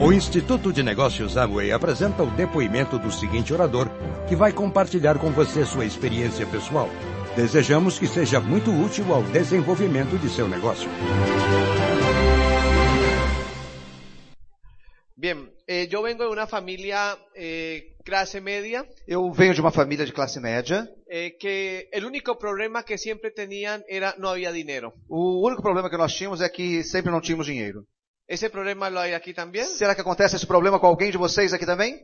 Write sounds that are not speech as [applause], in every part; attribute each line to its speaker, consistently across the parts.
Speaker 1: O Instituto de Negócios Amway apresenta o depoimento do seguinte orador, que vai compartilhar com você sua experiência pessoal. Desejamos que seja muito útil ao desenvolvimento de seu negócio.
Speaker 2: Bien, eh, yo vengo de una familia eh, clase media
Speaker 3: Eu venho de uma família de classe média.
Speaker 2: eh, que el único problema que siempre tenían era no había dinero.
Speaker 3: O único problema que nós tínhamos é que sempre não tínhamos dinheiro.
Speaker 2: ¿Ese problema lo hay aquí también?
Speaker 3: Será que acontece esse problema com alguém de vocês aqui também?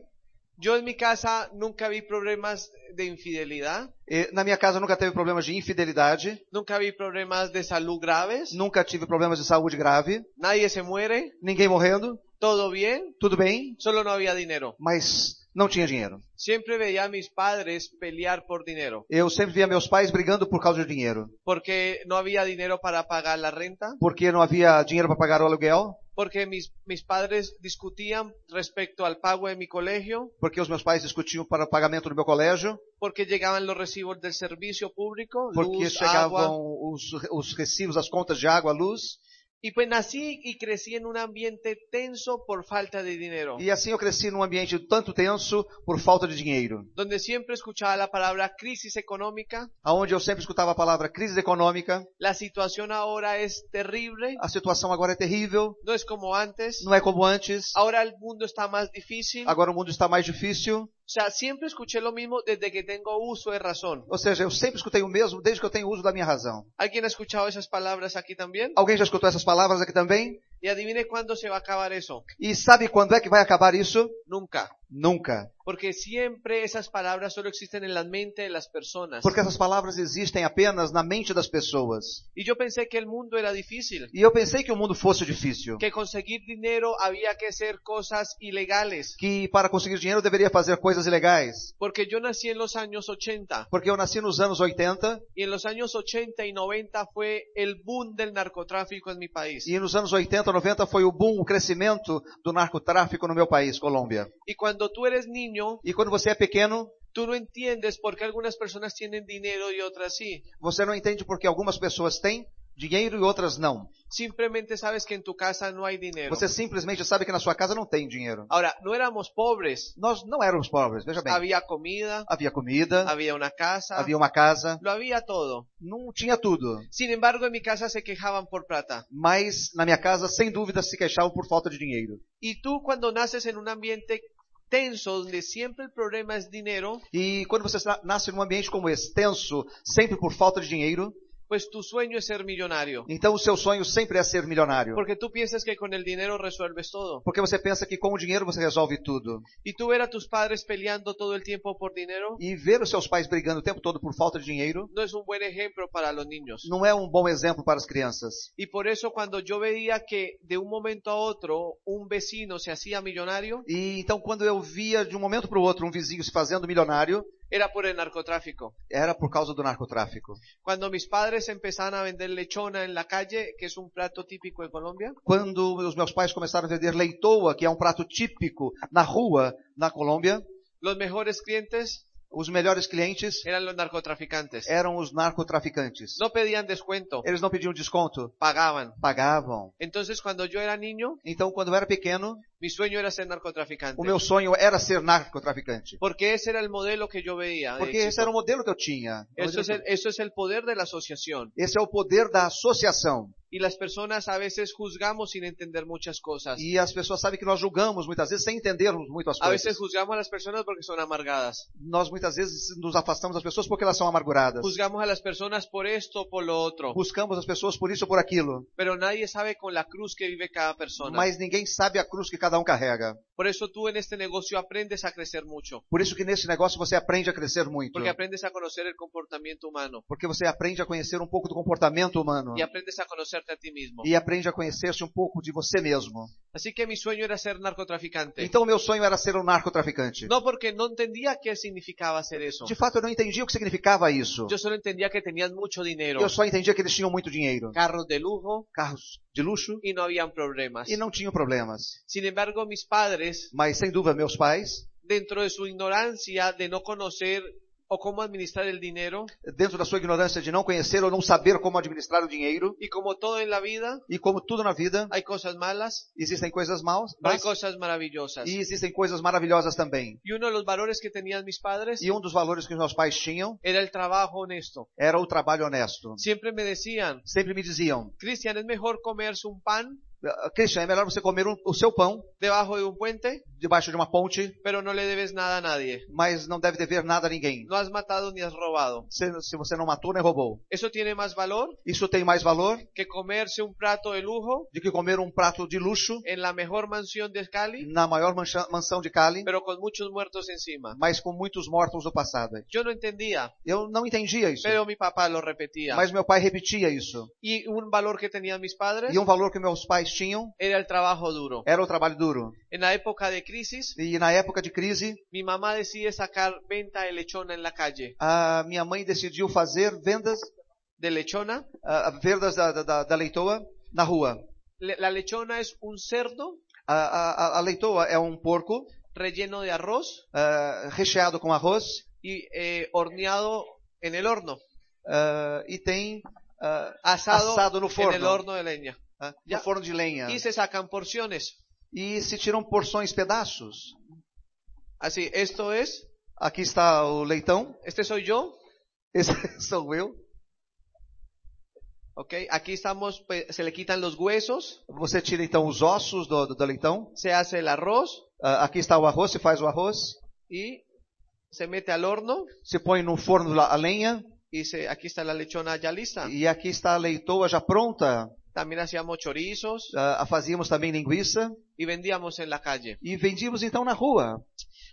Speaker 2: Yo en mi casa nunca vi problemas de infidelidad,
Speaker 3: Eh, Na minha casa nunca teve problemas de infidelidade,
Speaker 2: nunca vi problemas de salud graves,
Speaker 3: nunca tive problemas de saúde grave,
Speaker 2: nadie se muere,
Speaker 3: ninguém morrendo,
Speaker 2: todo bien,
Speaker 3: tudo bem,
Speaker 2: solo no había dinero.
Speaker 3: mas não tinha dinheiro.
Speaker 2: Siempre veía a mis padres pelear por dinero,
Speaker 3: Eu sempre via meus pais brigando por causa de dinheiro,
Speaker 2: porque no había dinero para pagar la renta,
Speaker 3: porque não havia dinheiro para pagar o aluguel,
Speaker 2: porque mis, mis padres discutían respecto al pago de mi colegio,
Speaker 3: porque os meus pais discutiam para o pagamento do meu colégio,
Speaker 2: porque llegaban los recibos del servicio público,
Speaker 3: porque
Speaker 2: luz, agua.
Speaker 3: chegavam os, os recibos, as contas de água, luz,
Speaker 2: Y pues nací y crecí en un ambiente tenso por falta de dinero,
Speaker 3: E assim eu cresci num ambiente tanto tenso por falta de dinheiro,
Speaker 2: donde siempre escuchaba la palabra crisis económica.
Speaker 3: aonde eu sempre escutava a palavra crise econômica.
Speaker 2: La situación ahora es terrible,
Speaker 3: A situação agora é terrível,
Speaker 2: no es como antes.
Speaker 3: não é como antes.
Speaker 2: Ahora el mundo está más difícil. O
Speaker 3: Agora o mundo está mais difícil.
Speaker 2: sea, siempre escuché lo mismo desde que tengo uso de razón.
Speaker 3: Ou seja, eu sempre escutei o mesmo desde que eu tenho uso da minha razão.
Speaker 2: ¿Alguien ha escuchado esas palabras aquí también?
Speaker 3: Alguém já escutou essas palavras aqui também?
Speaker 2: Y adivine cuándo se va a acabar eso.
Speaker 3: E sabe quando é que vai acabar isso?
Speaker 2: Nunca.
Speaker 3: Nunca.
Speaker 2: Porque siempre esas palabras solo existen en la mente de las personas.
Speaker 3: Porque essas palavras existem apenas na mente das pessoas.
Speaker 2: Y yo pensé que el mundo era difícil,
Speaker 3: E eu pensei que o mundo fosse difícil.
Speaker 2: que conseguir dinero había que hacer cosas ilegales,
Speaker 3: Que para conseguir dinheiro eu deveria fazer coisas ilegais.
Speaker 2: porque yo nací en los años 80
Speaker 3: Porque eu nasci nos anos 80
Speaker 2: y en los años 80 y 90 fue el boom del narcotráfico en mi país.
Speaker 3: E nos anos 80, 90 foi o boom, o crescimento do narcotráfico no meu país, Colômbia.
Speaker 2: Y cuando tú eres niño,
Speaker 3: E quando você é pequeno,
Speaker 2: tú no entiendes por qué algunas personas tienen dinero y otras sí.
Speaker 3: você não entende porque algumas pessoas têm dinheiro e outras não.
Speaker 2: Simplemente sabes que en tu casa no hay dinero.
Speaker 3: Você simplesmente sabe que na sua casa não tem dinheiro.
Speaker 2: Ahora, no éramos pobres,
Speaker 3: Nós não éramos pobres, veja bem.
Speaker 2: había comida,
Speaker 3: Havia comida,
Speaker 2: había una casa,
Speaker 3: havia uma casa,
Speaker 2: lo había todo.
Speaker 3: não tinha tudo.
Speaker 2: Sin embargo, en mi casa se quejaban por plata.
Speaker 3: Mas na minha casa, sem dúvida, se queixavam por falta de dinheiro.
Speaker 2: Y tú cuando naces en un ambiente tenso, donde siempre el problema es dinero,
Speaker 3: E quando você na- nasce num ambiente como esse, tenso, sempre por falta de dinheiro,
Speaker 2: pues tu sueño es ser millonario.
Speaker 3: então o seu sonho sempre é ser milionário.
Speaker 2: Porque tú piensas que con el dinero resuelves todo.
Speaker 3: Porque você pensa que com o dinheiro você resolve tudo.
Speaker 2: Y tú ver a tus padres peleando todo el tiempo por dinero
Speaker 3: E ver os seus pais brigando o tempo todo por falta de dinheiro
Speaker 2: no es un buen ejemplo para los niños.
Speaker 3: não é um bom exemplo para as crianças.
Speaker 2: Y por eso cuando yo veía que de un momento a otro un vecino se hacía millonario,
Speaker 3: E então quando eu via de um momento para o outro um vizinho se fazendo milionário,
Speaker 2: era por el narcotráfico.
Speaker 3: era por causa do narcotráfico.
Speaker 2: Cuando mis padres empezaban a vender lechona en la calle, que es un plato típico de Colombia,
Speaker 3: Quando os meus pais começaram a vender leitoa, que é um prato típico na rua na Colômbia,
Speaker 2: los mejores clientes
Speaker 3: os melhores clientes
Speaker 2: eran los narcotraficantes.
Speaker 3: eram os narcotraficantes.
Speaker 2: No pedían descuento,
Speaker 3: Eles não pediam desconto,
Speaker 2: pagaban.
Speaker 3: pagavam.
Speaker 2: Entonces, cuando yo era niño,
Speaker 3: Então, quando eu era pequeno,
Speaker 2: mi sueño era ser
Speaker 3: o
Speaker 2: narcotraficante.
Speaker 3: meu sonho era ser narcotraficante.
Speaker 2: Porque ese era el modelo que yo veía. de
Speaker 3: Porque
Speaker 2: éxito.
Speaker 3: esse era o modelo que eu tinha.
Speaker 2: Eso es, el, eso es el poder de la asociación.
Speaker 3: Esse é o poder da associação.
Speaker 2: Y las personas a veces juzgamos sin entender muchas cosas.
Speaker 3: E as pessoas sabem que nós julgamos muitas vezes sem entendermos muito as
Speaker 2: A
Speaker 3: coisas.
Speaker 2: veces juzgamos a las personas porque son amargadas.
Speaker 3: Nós muitas vezes nos afastamos das pessoas porque elas são amarguradas.
Speaker 2: Juzgamos a las personas por esto o por lo otro.
Speaker 3: Buscamos as pessoas por isso ou por aquilo.
Speaker 2: Pero nadie sabe con la cruz que vive cada persona.
Speaker 3: Mas ninguém sabe a cruz que cada um carrega.
Speaker 2: Por eso tú en este negocio aprendes a crecer mucho.
Speaker 3: Por isso que nesse negócio você aprende a crescer muito.
Speaker 2: Porque aprendes a conocer el comportamiento humano.
Speaker 3: Porque você aprende a conhecer um pouco do comportamento humano.
Speaker 2: Y aprendes a conocerte a ti mismo.
Speaker 3: E aprende a conhecer-se um pouco de você mesmo.
Speaker 2: Así que mi sueño era ser narcotraficante.
Speaker 3: Então o meu sonho era ser um narcotraficante.
Speaker 2: No porque no entendía qué significaba hacer eso.
Speaker 3: De fato eu não entendia o que significava isso.
Speaker 2: Yo solo entendía que tenían mucho dinero,
Speaker 3: Eu só entendia que eles tinham muito dinheiro.
Speaker 2: carros de lujo
Speaker 3: Carros de luxo
Speaker 2: y no habían problemas.
Speaker 3: e não tinham problemas.
Speaker 2: Sin embargo, mis padres,
Speaker 3: Mas sem dúvida meus pais
Speaker 2: dentro de su ignorancia de no conocer o cómo administrar el dinero
Speaker 3: dentro da sua ignorância de não conhecer ou não saber como administrar o dinheiro.
Speaker 2: y como todo en la vida
Speaker 3: E como tudo na vida,
Speaker 2: hay cosas malas,
Speaker 3: existem coisas maus,
Speaker 2: hay
Speaker 3: mas,
Speaker 2: cosas maravillosas.
Speaker 3: e existem coisas maravilhosas também.
Speaker 2: Y uno de los valores que tenían mis padres
Speaker 3: E um dos valores que os meus pais tinham
Speaker 2: era el trabajo honesto.
Speaker 3: era o trabalho honesto.
Speaker 2: Siempre me decían,
Speaker 3: Sempre me diziam,
Speaker 2: Cristian, es mejor comerse un pan
Speaker 3: "Ah, Christian, é melhor você comer um- o seu pão
Speaker 2: debajo de un puente,
Speaker 3: debaixo de uma ponte,
Speaker 2: pero no le debes nada a nadie.
Speaker 3: mas não deve dever nada a ninguém.
Speaker 2: No has matado ni has robado.
Speaker 3: Se, se você não matou nem roubou.
Speaker 2: Eso tiene más valor
Speaker 3: Isso tem mais valor
Speaker 2: que comerse un prato de lujo
Speaker 3: do que comer um prato de luxo
Speaker 2: en la mejor mansión de Cali,
Speaker 3: na maior mancha- mansão de Cali,
Speaker 2: pero con muchos muertos encima.
Speaker 3: mas com muitos mortos no passado.
Speaker 2: Yo no entendía,
Speaker 3: Eu não entendia isso,
Speaker 2: pero mi papá lo repetía.
Speaker 3: mas meu pai repetia isso.
Speaker 2: Y un valor que tenían mis padres
Speaker 3: E um valor que meus pais tinham
Speaker 2: era el trabajo duro.
Speaker 3: era o trabalho duro.
Speaker 2: En la época de crisis,
Speaker 3: E na época de crise,
Speaker 2: mi mamá decide sacar venta de lechona en la calle.
Speaker 3: a minha mãe decidiu fazer vendas,
Speaker 2: De lechona,
Speaker 3: ah, vendas da, da, da leitoa na rua.
Speaker 2: le- la lechona es un cerdo
Speaker 3: A, a- a- a leitoa é um porco
Speaker 2: relleno de arroz
Speaker 3: ah, recheado com arroz
Speaker 2: y eh, horneado en el horno,
Speaker 3: ah, e tem ah,
Speaker 2: asado,
Speaker 3: Asado no
Speaker 2: en el
Speaker 3: forno.
Speaker 2: horno de leña.
Speaker 3: ah,
Speaker 2: Já-
Speaker 3: no forno de lenha.
Speaker 2: Y se sacan porciones.
Speaker 3: E se tiram porções, pedaços.
Speaker 2: Así, esto es,
Speaker 3: Aqui está o leitão, [laughs]
Speaker 2: este soy yo,
Speaker 3: esse sou eu.
Speaker 2: ¿ok? Aquí estamos, pues, se le quitan los huesos,
Speaker 3: Você tira então os ossos do, do, do leitão.
Speaker 2: se hace el arroz
Speaker 3: Ah, aqui está o arroz, se faz o arroz.
Speaker 2: y se mete al horno
Speaker 3: Se põe no forno a lenha.
Speaker 2: y se, aquí está la lechona ya lista.
Speaker 3: E aqui está a leitoa já pronta.
Speaker 2: También hacíamos chorizos
Speaker 3: Ah, fazíamos também linguiça.
Speaker 2: y vendíamos en la calle.
Speaker 3: E vendíamos então na rua.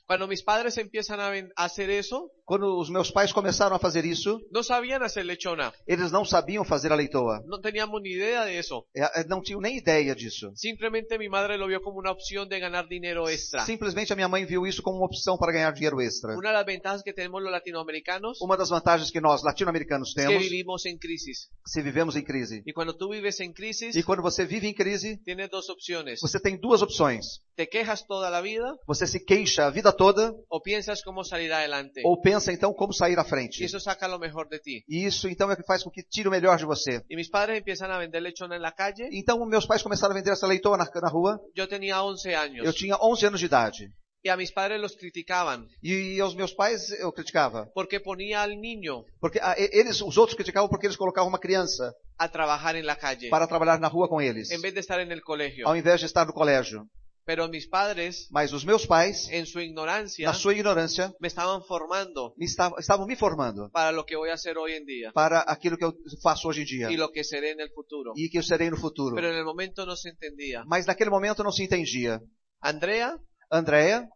Speaker 2: Cuando mis padres empiezan a ven- a hacer eso,
Speaker 3: Quando os meus pais começaram a fazer isso,
Speaker 2: no sabían hacer lechona,
Speaker 3: eles não sabiam fazer a leitoa.
Speaker 2: no teníamos ni idea de eso.
Speaker 3: É, é, Não tinham nem ideia disso.
Speaker 2: Simplemente mi madre lo vio como una opción de ganar dinero extra.
Speaker 3: Simplesmente a minha mãe viu isso como uma opção para ganhar dinheiro extra.
Speaker 2: Una de las ventajas que tenemos los latinoamericanos
Speaker 3: Uma das vantagens que nós, latino-americanos,
Speaker 2: es que
Speaker 3: temos
Speaker 2: vivimos en crisis.
Speaker 3: se vivemos em crise.
Speaker 2: Y cuando tú vives en crisis,
Speaker 3: E quando você vive em crise,
Speaker 2: tienes dos opciones.
Speaker 3: você tem duas opções.
Speaker 2: Te quejas toda la vida
Speaker 3: Você se queixa a vida toda
Speaker 2: o piensas cómo salir adelante.
Speaker 3: ou pensa então como sair à frente.
Speaker 2: Y eso saca lo mejor de ti.
Speaker 3: E isso então é o que faz com que tire o melhor de você.
Speaker 2: Y mis padres empiezan a vender lechona en la calle.
Speaker 3: Então meus pais começaram a vender essa leitoa na, na rua.
Speaker 2: Yo tenía 11
Speaker 3: Eu
Speaker 2: años
Speaker 3: tinha 11 anos de idade.
Speaker 2: y a mis padres los criticaban
Speaker 3: E, aos meus pais eu criticava.
Speaker 2: porque ponía al niño
Speaker 3: Porque ah, e- eles, os outros criticavam porque eles colocavam uma criança
Speaker 2: a trabajar en la calle
Speaker 3: para trabalhar na rua com eles.
Speaker 2: en vez de estar en el colegio.
Speaker 3: Ao invés de estar no colégio.
Speaker 2: Pero mis padres,
Speaker 3: Mas os meus pais,
Speaker 2: en su ignorancia,
Speaker 3: na sua ignorância,
Speaker 2: me estaban formando
Speaker 3: me estavam, estavam me formando
Speaker 2: para lo que voy a hacer hoy en día
Speaker 3: para aquilo que eu faço hoje em dia.
Speaker 2: y lo que seré en el futuro.
Speaker 3: e que eu serei no futuro.
Speaker 2: Pero en el momento no se entendía.
Speaker 3: Mas naquele momento não se entendia.
Speaker 2: Andrea
Speaker 3: Andréia,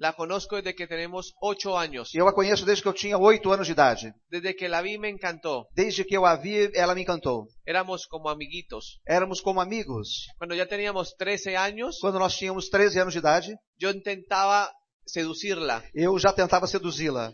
Speaker 2: la conozco desde que tenemos ocho años.
Speaker 3: eu a conheço desde que eu tinha oito anos de idade.
Speaker 2: Desde que la vi me encantó.
Speaker 3: Desde que eu a vi, ela me encantou.
Speaker 2: Éramos como amiguitos.
Speaker 3: Éramos como amigos.
Speaker 2: Cuando ya teníamos 13 años,
Speaker 3: Quando nós tínhamos 13 anos de idade,
Speaker 2: yo intentaba seducirla,
Speaker 3: eu já tentava seduzi-la,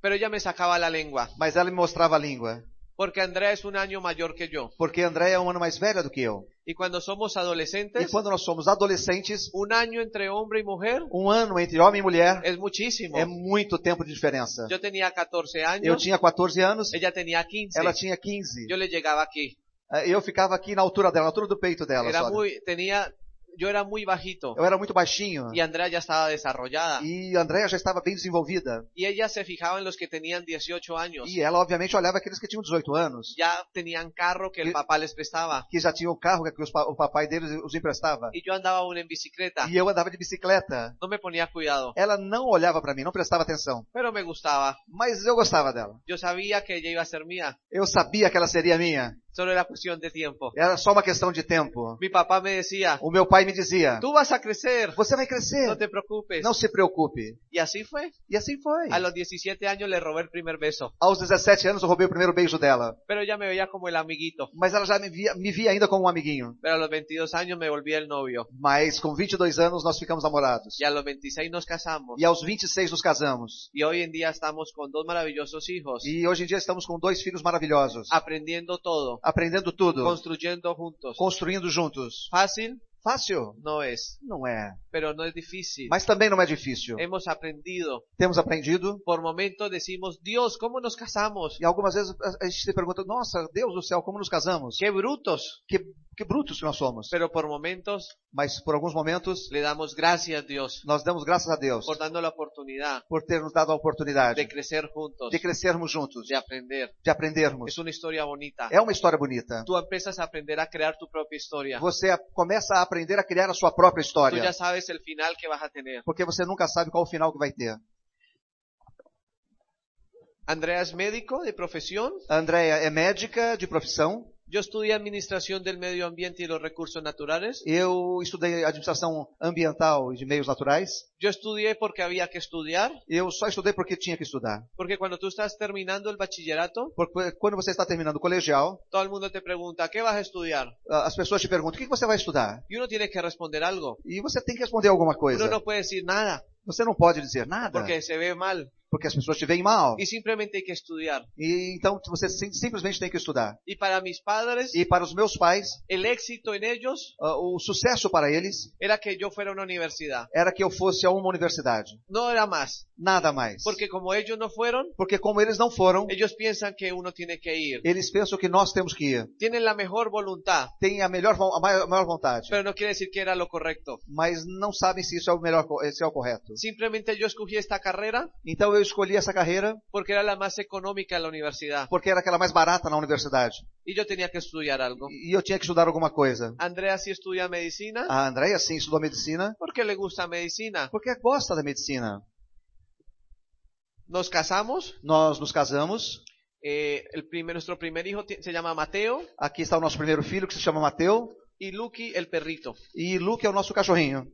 Speaker 2: pero ella me sacaba la lengua,
Speaker 3: mas ela me mostrava a língua.
Speaker 2: porque Andrea es un año mayor que yo.
Speaker 3: Porque Andréia é um ano mais velha do que eu.
Speaker 2: Y cuando somos
Speaker 3: E
Speaker 2: adolescentes,
Speaker 3: quando nós somos adolescentes,
Speaker 2: un año entre hombre y mujer
Speaker 3: um ano entre homem e mulher
Speaker 2: es muchísimo.
Speaker 3: é muito tempo de diferença.
Speaker 2: Yo tenía 14
Speaker 3: Eu
Speaker 2: años,
Speaker 3: tinha 14 anos,
Speaker 2: ella tenía 15.
Speaker 3: ela tinha 15.
Speaker 2: Yo le llegaba aquí.
Speaker 3: Eu ficava aqui na altura dela, na altura do peito dela.
Speaker 2: Era
Speaker 3: Só.
Speaker 2: muy, tenía, yo era muy bajito
Speaker 3: Eu era muito baixinho.
Speaker 2: y Andrea ya estaba desarrollada.
Speaker 3: E a Andréia já estava bem desenvolvida.
Speaker 2: Y ella se fijaba en los que tenían 18 años.
Speaker 3: E ela, obviamente, olhava aqueles que tinham 18 anos,
Speaker 2: Ya tenían carro que el
Speaker 3: Y-
Speaker 2: papá les prestaba.
Speaker 3: que já tinham o carro que os pa- o papai deles os emprestava.
Speaker 2: Y yo andaba aún en bicicleta.
Speaker 3: E eu andava de bicicleta.
Speaker 2: No me ponía cuidado,
Speaker 3: Ela não olhava para mim, não prestava atenção.
Speaker 2: pero me gustaba.
Speaker 3: Mas eu gostava dela.
Speaker 2: Yo sabía que ella iba a ser mía.
Speaker 3: Eu sabia que ela seria minha.
Speaker 2: Solo era cuestión de tiempo.
Speaker 3: Era só uma questão de tempo.
Speaker 2: Mi papá me decía,
Speaker 3: O meu pai me dizia:
Speaker 2: tú vas a crecer,
Speaker 3: Você vai
Speaker 2: no
Speaker 3: crescer,
Speaker 2: te preocupes.
Speaker 3: não se preocupe.
Speaker 2: Y así fue.
Speaker 3: E assim foi.
Speaker 2: A los 17 años le robé el primer beso,
Speaker 3: Aos 17 anos eu roubei o primeiro beijo dela.
Speaker 2: pero ella me veía como el amiguito.
Speaker 3: Mas ela já me via, me via ainda como um amiguinho.
Speaker 2: Pero a los 22 años me volví el novio.
Speaker 3: Mas com 22 anos nós ficamos namorados.
Speaker 2: Y a los 26 nos casamos.
Speaker 3: E aos 26 nos casamos.
Speaker 2: Y hoy en día estamos con dos maravillosos hijos,
Speaker 3: E hoje em dia estamos com dois filhos
Speaker 2: Ah.
Speaker 3: maravilhosos,
Speaker 2: aprendiendo todo,
Speaker 3: aprendendo tudo,
Speaker 2: construyendo juntos.
Speaker 3: construindo juntos.
Speaker 2: Fácil,
Speaker 3: fácil?
Speaker 2: No es,
Speaker 3: Não é.
Speaker 2: pero no es difícil.
Speaker 3: Mas também não é difícil.
Speaker 2: Hemos aprendido.
Speaker 3: Temos aprendido.
Speaker 2: Por momentos decimos, Dios, ¿cómo nos casamos?
Speaker 3: E algumas vezes a- a gente se pergunta, nossa, Deus do céu, como nos casamos?
Speaker 2: ¡Qué brutos!
Speaker 3: Que, que brutos que nós somos.
Speaker 2: Pero por momentos
Speaker 3: Mas por alguns momentos,
Speaker 2: le damos gracias a Dios
Speaker 3: nós damos graças a Deus
Speaker 2: por darnos la oportunidad
Speaker 3: por ter nos dado a oportunidade
Speaker 2: de crecer juntos,
Speaker 3: de crescermos juntos,
Speaker 2: de aprender.
Speaker 3: de aprendermos.
Speaker 2: Es una historia bonita.
Speaker 3: É uma história bonita.
Speaker 2: Tú empiezas a aprender a crear tu propia historia.
Speaker 3: Você a- começa a aprender a criar a sua própria
Speaker 2: Tú ya
Speaker 3: história,
Speaker 2: sabes el final que vas a tener.
Speaker 3: porque você nunca sabe qual o final que vai ter.
Speaker 2: Andrea es médico de profesión.
Speaker 3: A Andrea é médica de profissão.
Speaker 2: Yo estudié administración del medio ambiente y los recursos naturales.
Speaker 3: Eu estudei administração ambiental e de meios naturais.
Speaker 2: Yo estudié porque había que estudiar,
Speaker 3: Eu só estudei porque tinha que estudar.
Speaker 2: porque cuando tú estás terminando el bachillerato,
Speaker 3: Porque quando você está terminando o colegial,
Speaker 2: todo el mundo te pregunta, ¿qué vas a estudiar?
Speaker 3: a- as pessoas te perguntam: o que que você vai estudar?
Speaker 2: Y uno tiene que responder algo.
Speaker 3: E você tem que responder alguma
Speaker 2: Uno
Speaker 3: coisa.
Speaker 2: no puede decir nada,
Speaker 3: Você não pode dizer nada,
Speaker 2: porque se ve mal.
Speaker 3: porque as pessoas te veem mal.
Speaker 2: Y simplemente hay que estudiar.
Speaker 3: E então você sim- simplesmente tem que estudar.
Speaker 2: Y para mis padres,
Speaker 3: E para os meus pais,
Speaker 2: el éxito en ellos
Speaker 3: ah, o sucesso para eles
Speaker 2: era que yo fuera a una universidad.
Speaker 3: era que eu fosse a uma universidade.
Speaker 2: No era más.
Speaker 3: Nada mais.
Speaker 2: Porque como ellos no fueron,
Speaker 3: Porque como eles não foram,
Speaker 2: ellos piensan que uno tiene que ir.
Speaker 3: eles pensam que nós temos que ir.
Speaker 2: Tienen la mejor voluntad,
Speaker 3: Têm a melhor, vo- a maior, a maior vontade,
Speaker 2: pero no quiere decir que era lo correcto.
Speaker 3: mas não sabem se isso é o melhor, co- se é o correto.
Speaker 2: Simplemente yo escogí esta carrera
Speaker 3: Então eu escolhi essa carreira
Speaker 2: porque era la más económica de la universidad
Speaker 3: porque era aquela mais barata na universidade.
Speaker 2: y yo tenía que estudiar algo.
Speaker 3: E eu tinha que estudar alguma coisa.
Speaker 2: Andrea sí estudia medicina
Speaker 3: A Andréia sim estudou medicina
Speaker 2: porque le gusta medicina.
Speaker 3: porque gosta da medicina.
Speaker 2: Nos casamos.
Speaker 3: Nós nos casamos.
Speaker 2: eh, el primer, nuestro primer hijo ti- se llama Mateo
Speaker 3: Aqui está o nosso primeiro filho que se chama Mateu
Speaker 2: y Lucky el perrito.
Speaker 3: e Luke é o nosso cachorrinho.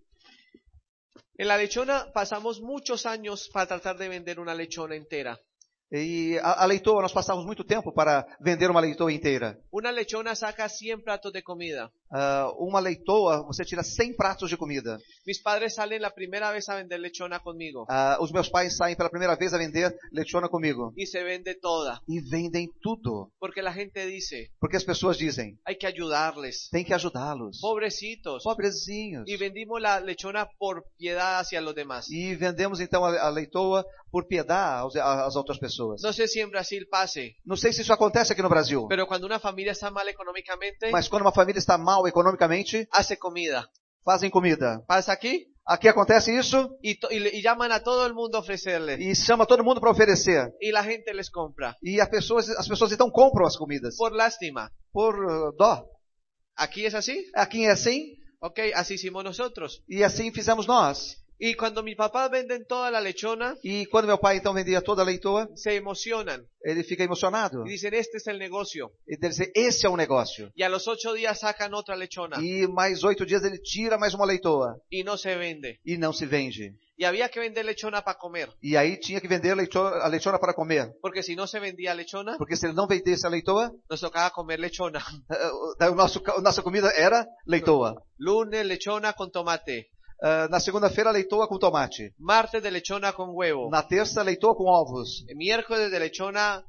Speaker 2: En la lechona pasamos muchos años para tratar de vender una lechona entera.
Speaker 3: E a, a leitoa, nós passávamos muito tempo para vender uma leitoa inteira.
Speaker 2: Una lechona saca 100 platos de comida.
Speaker 3: Ah, uma leitoa, você tira 100 pratos de comida.
Speaker 2: Mis padres salen la primera vez a vender lechona conmigo
Speaker 3: Ah, os meus pais saem pela primeira vez a vender lechona comigo.
Speaker 2: y se vende toda.
Speaker 3: E vendem tudo.
Speaker 2: Porque la gente dice,
Speaker 3: Porque as pessoas dizem,
Speaker 2: hay que ayudarles.
Speaker 3: tem que ajudá-los.
Speaker 2: Pobrecitos.
Speaker 3: Pobrezinhos.
Speaker 2: Y vendimos la lechona por piedad hacia los demás.
Speaker 3: E vendemos então a, a leitoa por piedade aos- a- às outras pessoas.
Speaker 2: No sé si en Brasil pase,
Speaker 3: Não sei se isso acontece aqui no Brasil.
Speaker 2: pero cuando una familia está mal económicamente,
Speaker 3: Mas quando uma família está mal economicamente,
Speaker 2: hace comida.
Speaker 3: fazem comida.
Speaker 2: Pasa aquí
Speaker 3: Aqui acontece isso
Speaker 2: y, to- y le- y llaman a todo el mundo a ofrecerle.
Speaker 3: e chama todo mundo para oferecer.
Speaker 2: Y la gente les compra.
Speaker 3: E as pessoas, as pessoas então compram as comidas.
Speaker 2: Por lástima.
Speaker 3: Por uh, dó.
Speaker 2: Aqui es así.
Speaker 3: Aqui é assim
Speaker 2: Ok, así hicimos nosotros.
Speaker 3: e assim fizemos nós.
Speaker 2: Y cuando mis papás venden toda la lechona,
Speaker 3: E quando meu pai então vendia toda a leitoa,
Speaker 2: se emocionan
Speaker 3: ele fica emocionado.
Speaker 2: y dicen, este es el negocio.
Speaker 3: E deve dizer, esse é um negócio.
Speaker 2: Y a los ocho días sacan otra lechona
Speaker 3: E mais oito dias ele tira mais uma leitoa
Speaker 2: y no se vende.
Speaker 3: e não se vende.
Speaker 2: Y había que vender lechona para comer,
Speaker 3: E aí tinha que vender a leitona, a leitona para comer.
Speaker 2: porque si no se vendía lechona,
Speaker 3: Porque se ele não vendesse a leitoa,
Speaker 2: nos tocaba comer lechona. [laughs]
Speaker 3: eh, o- daí o nosso, ca- a nossa comida era leitoa.
Speaker 2: Lunes lechona con tomate,
Speaker 3: Ah, na segunda-feira, leitoa com tomate.
Speaker 2: martes de lechona con huevo,
Speaker 3: Na terça, leitoa com ovos.
Speaker 2: miércoles de lechona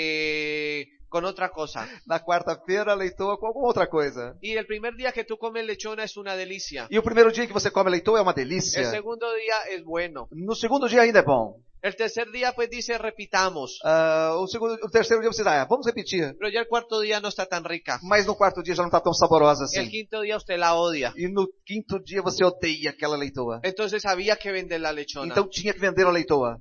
Speaker 2: eh, con otra cosa.
Speaker 3: Na quarta-feira, leitoa com alguma outra coisa.
Speaker 2: Y el primer día que tú comes lechona es una delicia.
Speaker 3: E o primeiro dia que você come leitoa é uma delícia.
Speaker 2: El segundo día es bueno.
Speaker 3: No segundo dia ainda é bom.
Speaker 2: El tercer día pues dice repitamos.
Speaker 3: Ah, o, segundo, o terceiro dia você dá, ah, vamos repetir.
Speaker 2: Pero ya el cuarto día no está tan rica.
Speaker 3: Mas no quarto dia já não está tão saborosa
Speaker 2: El
Speaker 3: assim.
Speaker 2: quinto día usted la odia.
Speaker 3: E no quinto dia você odeia aquela leitoa.
Speaker 2: Entonces había que vender la lechona.
Speaker 3: Então tinha que vender a leitoa.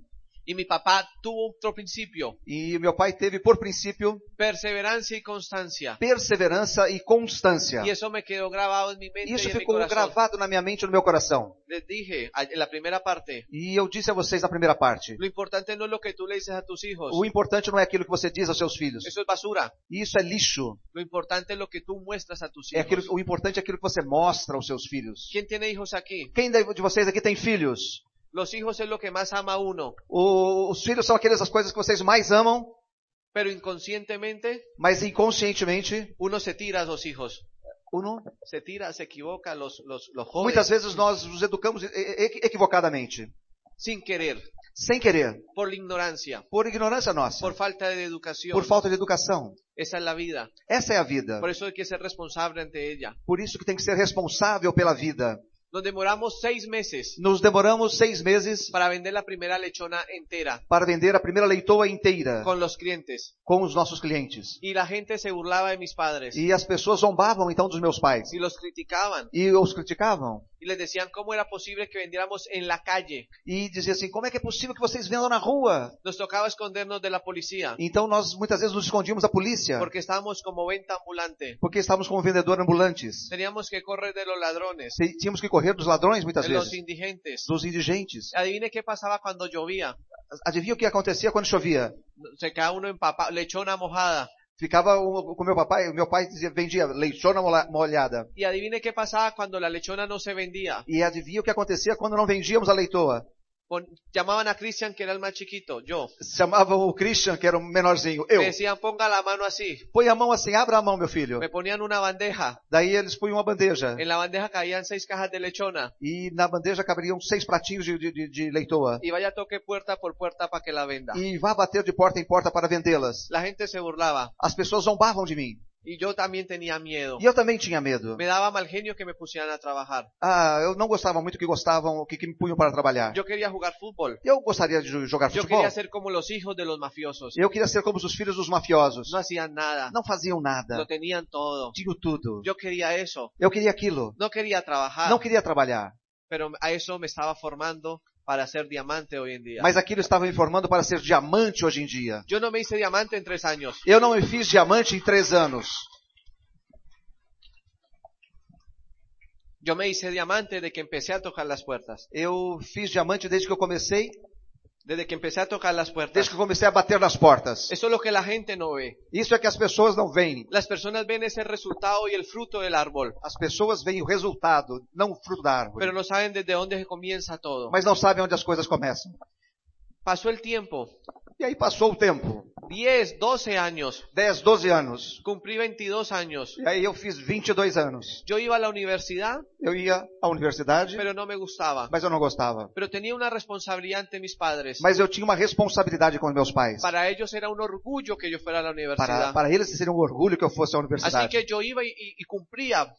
Speaker 2: Y mi papá tuvo otro principio,
Speaker 3: E meu pai teve, por princípio,
Speaker 2: perseverancia y constancia.
Speaker 3: perseverança e constância.
Speaker 2: Y eso me quedó grabado en mi mente
Speaker 3: Isso
Speaker 2: y en mi
Speaker 3: ficou
Speaker 2: corazón.
Speaker 3: gravado na minha mente e no meu coração.
Speaker 2: Les dije a- en la primera parte,
Speaker 3: E eu disse a vocês na primeira parte.
Speaker 2: lo importante no es lo que tú le dices a tus hijos,
Speaker 3: O importante não é aquilo que você diz aos seus filhos.
Speaker 2: eso es basura.
Speaker 3: Isso é lixo.
Speaker 2: Lo importante es lo que tú muestras a tus
Speaker 3: É aquilo,
Speaker 2: hijos.
Speaker 3: o importante é aquilo que você mostra aos seus filhos.
Speaker 2: ¿Quién tiene hijos aquí?
Speaker 3: Quem da- de vocês aqui tem filhos?
Speaker 2: Los hijos es lo que más ama uno,
Speaker 3: O- os filhos são aquelas as coisas que vocês mais amam,
Speaker 2: pero inconscientemente
Speaker 3: mas inconscientemente,
Speaker 2: uno se tira a los hijos.
Speaker 3: uno,
Speaker 2: Se tira, se equivoca, los, los, los
Speaker 3: muitas
Speaker 2: jóvenes.
Speaker 3: vezes nós os educamos e- e- equi- equivocadamente.
Speaker 2: sin querer,
Speaker 3: sem querer,
Speaker 2: por la ignorancia,
Speaker 3: por ignorância nossa,
Speaker 2: por falta de educación.
Speaker 3: por falta de educação.
Speaker 2: Esa es la vida.
Speaker 3: Essa é a vida.
Speaker 2: Por eso hay que ser responsable ante ella.
Speaker 3: Por isso que tem que ser responsável pela vida.
Speaker 2: Nos demoramos seis meses
Speaker 3: Nos demoramos seis meses
Speaker 2: para vender la primera lechona entera
Speaker 3: para vender a primeira leitoa inteira
Speaker 2: con los clientes.
Speaker 3: com os nossos clientes.
Speaker 2: Y la gente se burlaba de mis padres
Speaker 3: E as pessoas zombavam então dos meus pais
Speaker 2: y los criticaban
Speaker 3: e os criticavam
Speaker 2: y les decían cómo era posible que vendiéramos en la calle.
Speaker 3: e diziam assim: como é que é possível que vocês vendam na rua?
Speaker 2: Nos tocaba escondernos de la policía
Speaker 3: Então nós muitas vezes nos escondíamos da polícia
Speaker 2: porque estábamos como venta ambulante.
Speaker 3: porque estávamos como vendedor ambulantes.
Speaker 2: Teníamos que correr de los ladrones,
Speaker 3: Se- Tínhamos que correr dos ladrões muitas
Speaker 2: de los
Speaker 3: vezes,
Speaker 2: indigentes.
Speaker 3: dos indigentes.
Speaker 2: Adivine qué pasaba cuando llovía.
Speaker 3: Adivinha o que acontecia quando chovia?
Speaker 2: Se quedaba uno empapado, lechona mojada.
Speaker 3: Ficava o- com meu papai, meu pai dizia, vendia leitona mola- molhada.
Speaker 2: Y adivine qué pasaba cuando la lechona no se vendía.
Speaker 3: E adivinha o que acontecia quando não vendíamos a leitoa?
Speaker 2: Pon- llamaban a Cristian, que era el más chiquito, yo.
Speaker 3: Chamavam o Christian, que era o menorzinho,
Speaker 2: Me
Speaker 3: eu.
Speaker 2: decían, ponga la mano así.
Speaker 3: Põe a mão assim, abra a mão, meu filho.
Speaker 2: Me ponían una bandeja.
Speaker 3: Daí eles punham uma bandeja.
Speaker 2: En la bandeja caían seis cajas de lechona.
Speaker 3: E na bandeja caberiam seis pratinhos de, de- de- de leitoa.
Speaker 2: Y vaya toque puerta por puerta para que la venda.
Speaker 3: E vá bater de porta em porta para vendê-las.
Speaker 2: La gente se burlaba.
Speaker 3: As pessoas zombavam de mim.
Speaker 2: Y yo también tenía miedo.
Speaker 3: E eu também tinha medo.
Speaker 2: Me daba mal genio que me pusieran a trabajar.
Speaker 3: Ah, eu não gostava muito que gostavam, que, que me punham para trabalhar.
Speaker 2: Yo quería jugar fútbol.
Speaker 3: Eu gostaria de jo- jogar
Speaker 2: Yo
Speaker 3: futebol.
Speaker 2: quería ser como los hijos de los mafiosos.
Speaker 3: Eu queria ser como os filhos dos mafiosos.
Speaker 2: No hacían nada.
Speaker 3: Não faziam
Speaker 2: Lo
Speaker 3: nada.
Speaker 2: tenían todo.
Speaker 3: Tinham tudo.
Speaker 2: Yo quería eso.
Speaker 3: Eu Ah. queria aquilo.
Speaker 2: No quería trabajar.
Speaker 3: Não queria trabalhar.
Speaker 2: Pero a eso me estaba formando para ser diamante hoy en día.
Speaker 3: Mas aquilo estava me formando para ser diamante hoje em dia.
Speaker 2: Yo no me hice diamante en tres años.
Speaker 3: Eu não me fiz diamante em três anos.
Speaker 2: Yo me hice diamante desde que empecé a tocar las puertas.
Speaker 3: Eu fiz diamante desde que eu comecei,
Speaker 2: Desde que empecé a tocar las puertas.
Speaker 3: desde que eu comecei a bater nas portas.
Speaker 2: Eso es lo que la gente no ve.
Speaker 3: Isso é que as pessoas não veem.
Speaker 2: Las personas ven ese resultado y el fruto del árbol,
Speaker 3: As pessoas veem o resultado, não o fruto da
Speaker 2: pero
Speaker 3: árvore.
Speaker 2: no saben desde dónde comienza todo.
Speaker 3: Mas não sabem onde as coisas começam.
Speaker 2: Pasó el tiempo,
Speaker 3: E aí passou o tempo.
Speaker 2: 10, 12 años,
Speaker 3: 10, 12 anos.
Speaker 2: cumplí 22 anos.
Speaker 3: E aí eu fiz 22 anos.
Speaker 2: Yo iba a la universidad,
Speaker 3: Eu ia à universidade,
Speaker 2: pero no me gustaba.
Speaker 3: mas eu não gostava.
Speaker 2: Pero tenía una responsabilidad ante mis padres.
Speaker 3: Mas eu tinha uma responsabilidade com meus pais.
Speaker 2: Para ellos era un orgullo que yo fuera a la
Speaker 3: Para,
Speaker 2: universidad.
Speaker 3: para eles seria um orgulho que eu fosse à
Speaker 2: Así
Speaker 3: universidade.
Speaker 2: Assim que yo iba y, y- y cumplía,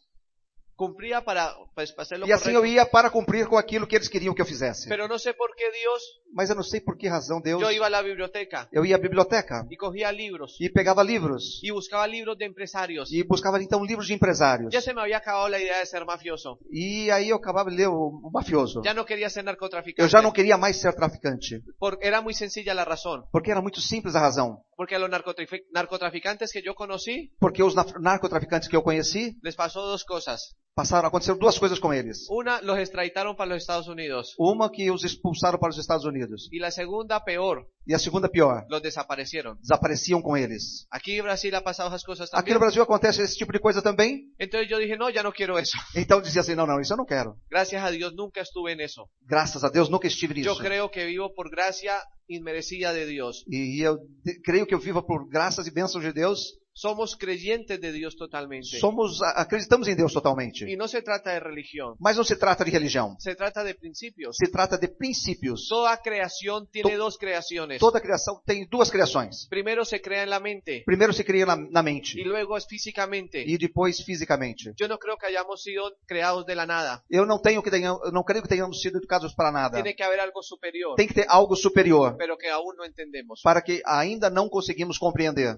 Speaker 2: cumplía para, pues, para hacer lo
Speaker 3: E assim
Speaker 2: correcto.
Speaker 3: eu ia para cumprir com aquilo que eles queriam que eu fizesse.
Speaker 2: Pero no sé por qué Dios,
Speaker 3: Mas eu não sei por que razão Deus.
Speaker 2: yo iba a la biblioteca
Speaker 3: Eu ia à biblioteca
Speaker 2: y cogía libros
Speaker 3: e pegava livros
Speaker 2: y buscaba libros de empresarios.
Speaker 3: e buscava então livros de empresários.
Speaker 2: Ya se me había acabado la idea de ser mafioso.
Speaker 3: E aí eu acabava de ler o, o mafioso.
Speaker 2: Ya no quería ser
Speaker 3: Eu
Speaker 2: narcotraficante.
Speaker 3: já não queria mais ser traficante,
Speaker 2: Por- era muy sencilla la razón.
Speaker 3: porque era muito simples a razão.
Speaker 2: Porque a los narcotrafic- narcotraficantes que yo conocí,
Speaker 3: Porque os na- narcotraficantes que eu conheci
Speaker 2: les pasó dos cosas.
Speaker 3: passaram, aconteceram duas coisas com eles.
Speaker 2: Una, los extraditaron para los Estados Unidos.
Speaker 3: Uma que os expulsaram para os Estados Unidos
Speaker 2: Y la segunda, peor,
Speaker 3: e a segunda pior,
Speaker 2: los desaparecieron.
Speaker 3: desapareciam com eles.
Speaker 2: Aquí en Brasil ha pasado esas cosas
Speaker 3: Aqui
Speaker 2: también.
Speaker 3: no Brasil acontece esse tipo de coisa também.
Speaker 2: Entonces yo dije, no, ya no quiero eso. [laughs]
Speaker 3: Então eu dizia assim, não, não, isso eu não quero.
Speaker 2: Gracias a Dios nunca estuve en eso.
Speaker 3: Graças a Deus nunca estive nisso.
Speaker 2: Yo creo que vivo por gracia inmerecida de Dios.
Speaker 3: E eu de- creio que eu vivo por graças e bênçãos de Deus.
Speaker 2: Somos creyentes de Dios totalmente.
Speaker 3: Somos, a- acreditamos em Deus totalmente.
Speaker 2: Y no se trata de religión,
Speaker 3: Mas não se trata de religião.
Speaker 2: se trata de principios.
Speaker 3: Se trata de princípios.
Speaker 2: Toda creação tiene
Speaker 3: To-
Speaker 2: dos creaciones.
Speaker 3: Toda criação tem duas criações.
Speaker 2: Primero se crea en la mente
Speaker 3: Primeiro se cria na, na
Speaker 2: y
Speaker 3: mente
Speaker 2: luego es físicamente.
Speaker 3: e depois fisicamente.
Speaker 2: Yo no creo que hayamos sido creados de la nada.
Speaker 3: Eu não tenho que tenham, eu não creio que tenhamos sido educados para nada.
Speaker 2: Tiene que haber algo superior,
Speaker 3: Tem que ter algo superior.
Speaker 2: pero que aún no entendemos.
Speaker 3: para que ainda não conseguimos compreender.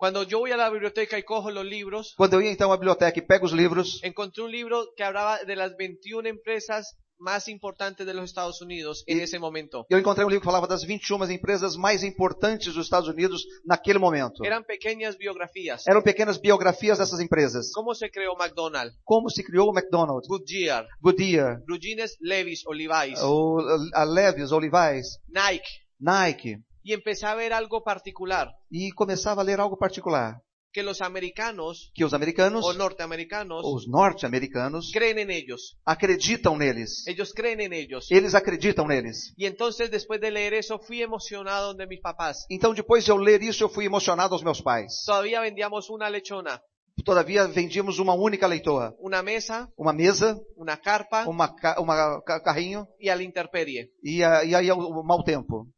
Speaker 2: Cuando yo voy a la biblioteca y cojo los libros,
Speaker 3: Quando eu ia então à biblioteca e pego os livros,
Speaker 2: encontré un libro que hablaba de las 21 empresas más importantes de los Estados Unidos en
Speaker 3: Y-
Speaker 2: ese momento.
Speaker 3: eu encontrei um livro que falava das 21 empresas mais importantes dos Estados Unidos naquele momento.
Speaker 2: Eran pequeñas biografías.
Speaker 3: Eram pequenas biografias dessas empresas.
Speaker 2: ¿Cómo se creó McDonald's,
Speaker 3: Como se criou o McDonald's,
Speaker 2: Goodyear,
Speaker 3: Goodyear,
Speaker 2: Brugines, Levis o Levi's,
Speaker 3: ou a Levis, ou Levi's,
Speaker 2: Nike?
Speaker 3: Nike,
Speaker 2: Y empecé a ver algo particular,
Speaker 3: e começava a ler algo particular
Speaker 2: que los americanos
Speaker 3: que os americanos, Oh.
Speaker 2: o norteamericanos
Speaker 3: os norte-americanos,
Speaker 2: creen en ellos.
Speaker 3: acreditam neles.
Speaker 2: Ellos creen en ellos.
Speaker 3: Eles acreditam neles.
Speaker 2: Y entonces después de leer eso fui emocionado de mis papás.
Speaker 3: Então depois de eu ler isso, eu fui emocionado aos meus pais.
Speaker 2: Todavía vendíamos una lechona
Speaker 3: Todavia, vendíamos uma única leitoa.
Speaker 2: una mesa,
Speaker 3: Uma mesa,
Speaker 2: una carpa
Speaker 3: uma, ca- uma ca- carrinho
Speaker 2: y a la interperie.
Speaker 3: e, ah, e aí o o mau tempo.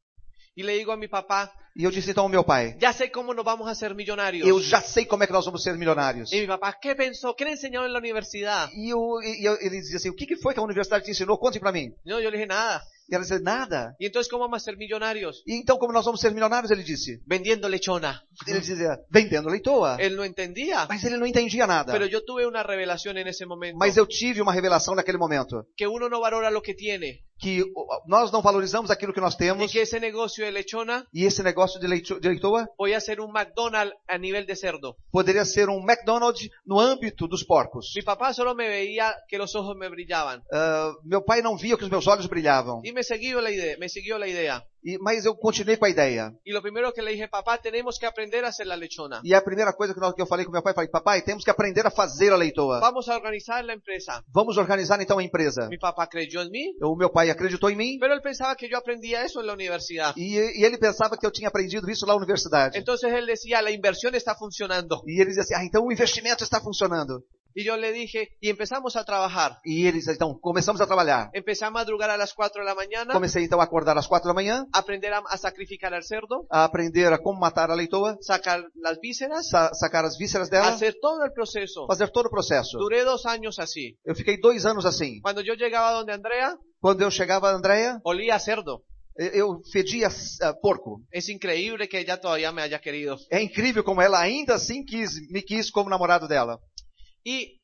Speaker 2: Y le digo a mi papá,
Speaker 3: E eu disse então ao meu pai,
Speaker 2: ya sé cómo nos vamos a hacer millonarios.
Speaker 3: eu já sei como é que nós vamos ser milionários.
Speaker 2: Y mi papá, ¿qué pensó? ¿Qué le enseñaron en la universidad?
Speaker 3: E, eu, e eu, ele dizia assim, o que, que foi que a universidade te ensinou? Conte para mim.
Speaker 2: No, yo le dije nada.
Speaker 3: E ela dizia, nada.
Speaker 2: ¿Y entonces cómo vamos a ser millonarios?
Speaker 3: E então como nós vamos ser milionários? Ele disse.
Speaker 2: Vendiendo lechona.
Speaker 3: Ele dizia, vendendo leitoa.
Speaker 2: Él no entendía.
Speaker 3: Mas ele não entendia nada.
Speaker 2: Pero yo tuve una revelación en ese momento.
Speaker 3: Mas eu tive uma revelação naquele momento.
Speaker 2: Que uno no valora lo que tiene.
Speaker 3: Que o- nós não valorizamos aquilo que nós
Speaker 2: Y
Speaker 3: temos.
Speaker 2: que ese negocio de lechona
Speaker 3: E esse negócio de leito- de leitoa
Speaker 2: voy a hacer un McDonald's a nivel de cerdo.
Speaker 3: poderia ser um McDonald's no âmbito dos porcos.
Speaker 2: Mi papá solo me veía que los ojos me brillaban.
Speaker 3: Ah, meu pai não via que os meus olhos brilhavam.
Speaker 2: Y me siguió la idea. Me siguió la idea.
Speaker 3: E- mas eu continuei com a ideia.
Speaker 2: Y lo primero que le dije, papá, tenemos que aprender a hacer la lechona.
Speaker 3: E a primeira coisa que, nós- que eu falei com meu pai, falei, papai, temos que aprender a fazer a leitoa.
Speaker 2: Vamos a organizar la empresa.
Speaker 3: Vamos organizar então a empresa.
Speaker 2: Mi papá creyó en mí.
Speaker 3: O meu pai acreditou em mim
Speaker 2: Pero él pensaba que yo aprendía eso en la universidad.
Speaker 3: e, e ele pensava que eu tinha aprendido isso lá na universidade.
Speaker 2: Entonces él decía, la inversión está funcionando.
Speaker 3: E ele dizia assim, ah, então o investimento está funcionando.
Speaker 2: Y yo le dije, y empezamos a trabajar.
Speaker 3: E ele disse, então, começamos a trabalhar.
Speaker 2: Empecé a madrugar a las 4 de la mañana,
Speaker 3: Comecei então a acordar às quatro da manhã,
Speaker 2: aprender a, a sacrificar al cerdo,
Speaker 3: a aprender a como matar a leitoa,
Speaker 2: sacar las vísceras,
Speaker 3: sa- sacar as vísceras dela,
Speaker 2: hacer todo el proceso.
Speaker 3: fazer todo o processo.
Speaker 2: Duré dos años así.
Speaker 3: Eu fiquei dois anos assim.
Speaker 2: Cuando yo llegaba donde Andrea,
Speaker 3: Quando eu chegava a Andréia,
Speaker 2: olía a cerdo.
Speaker 3: eu fedia ah, porco.
Speaker 2: Es increíble que ella todavía me haya querido.
Speaker 3: É incrível como ela ainda assim quis, me quis como namorado dela.
Speaker 2: Y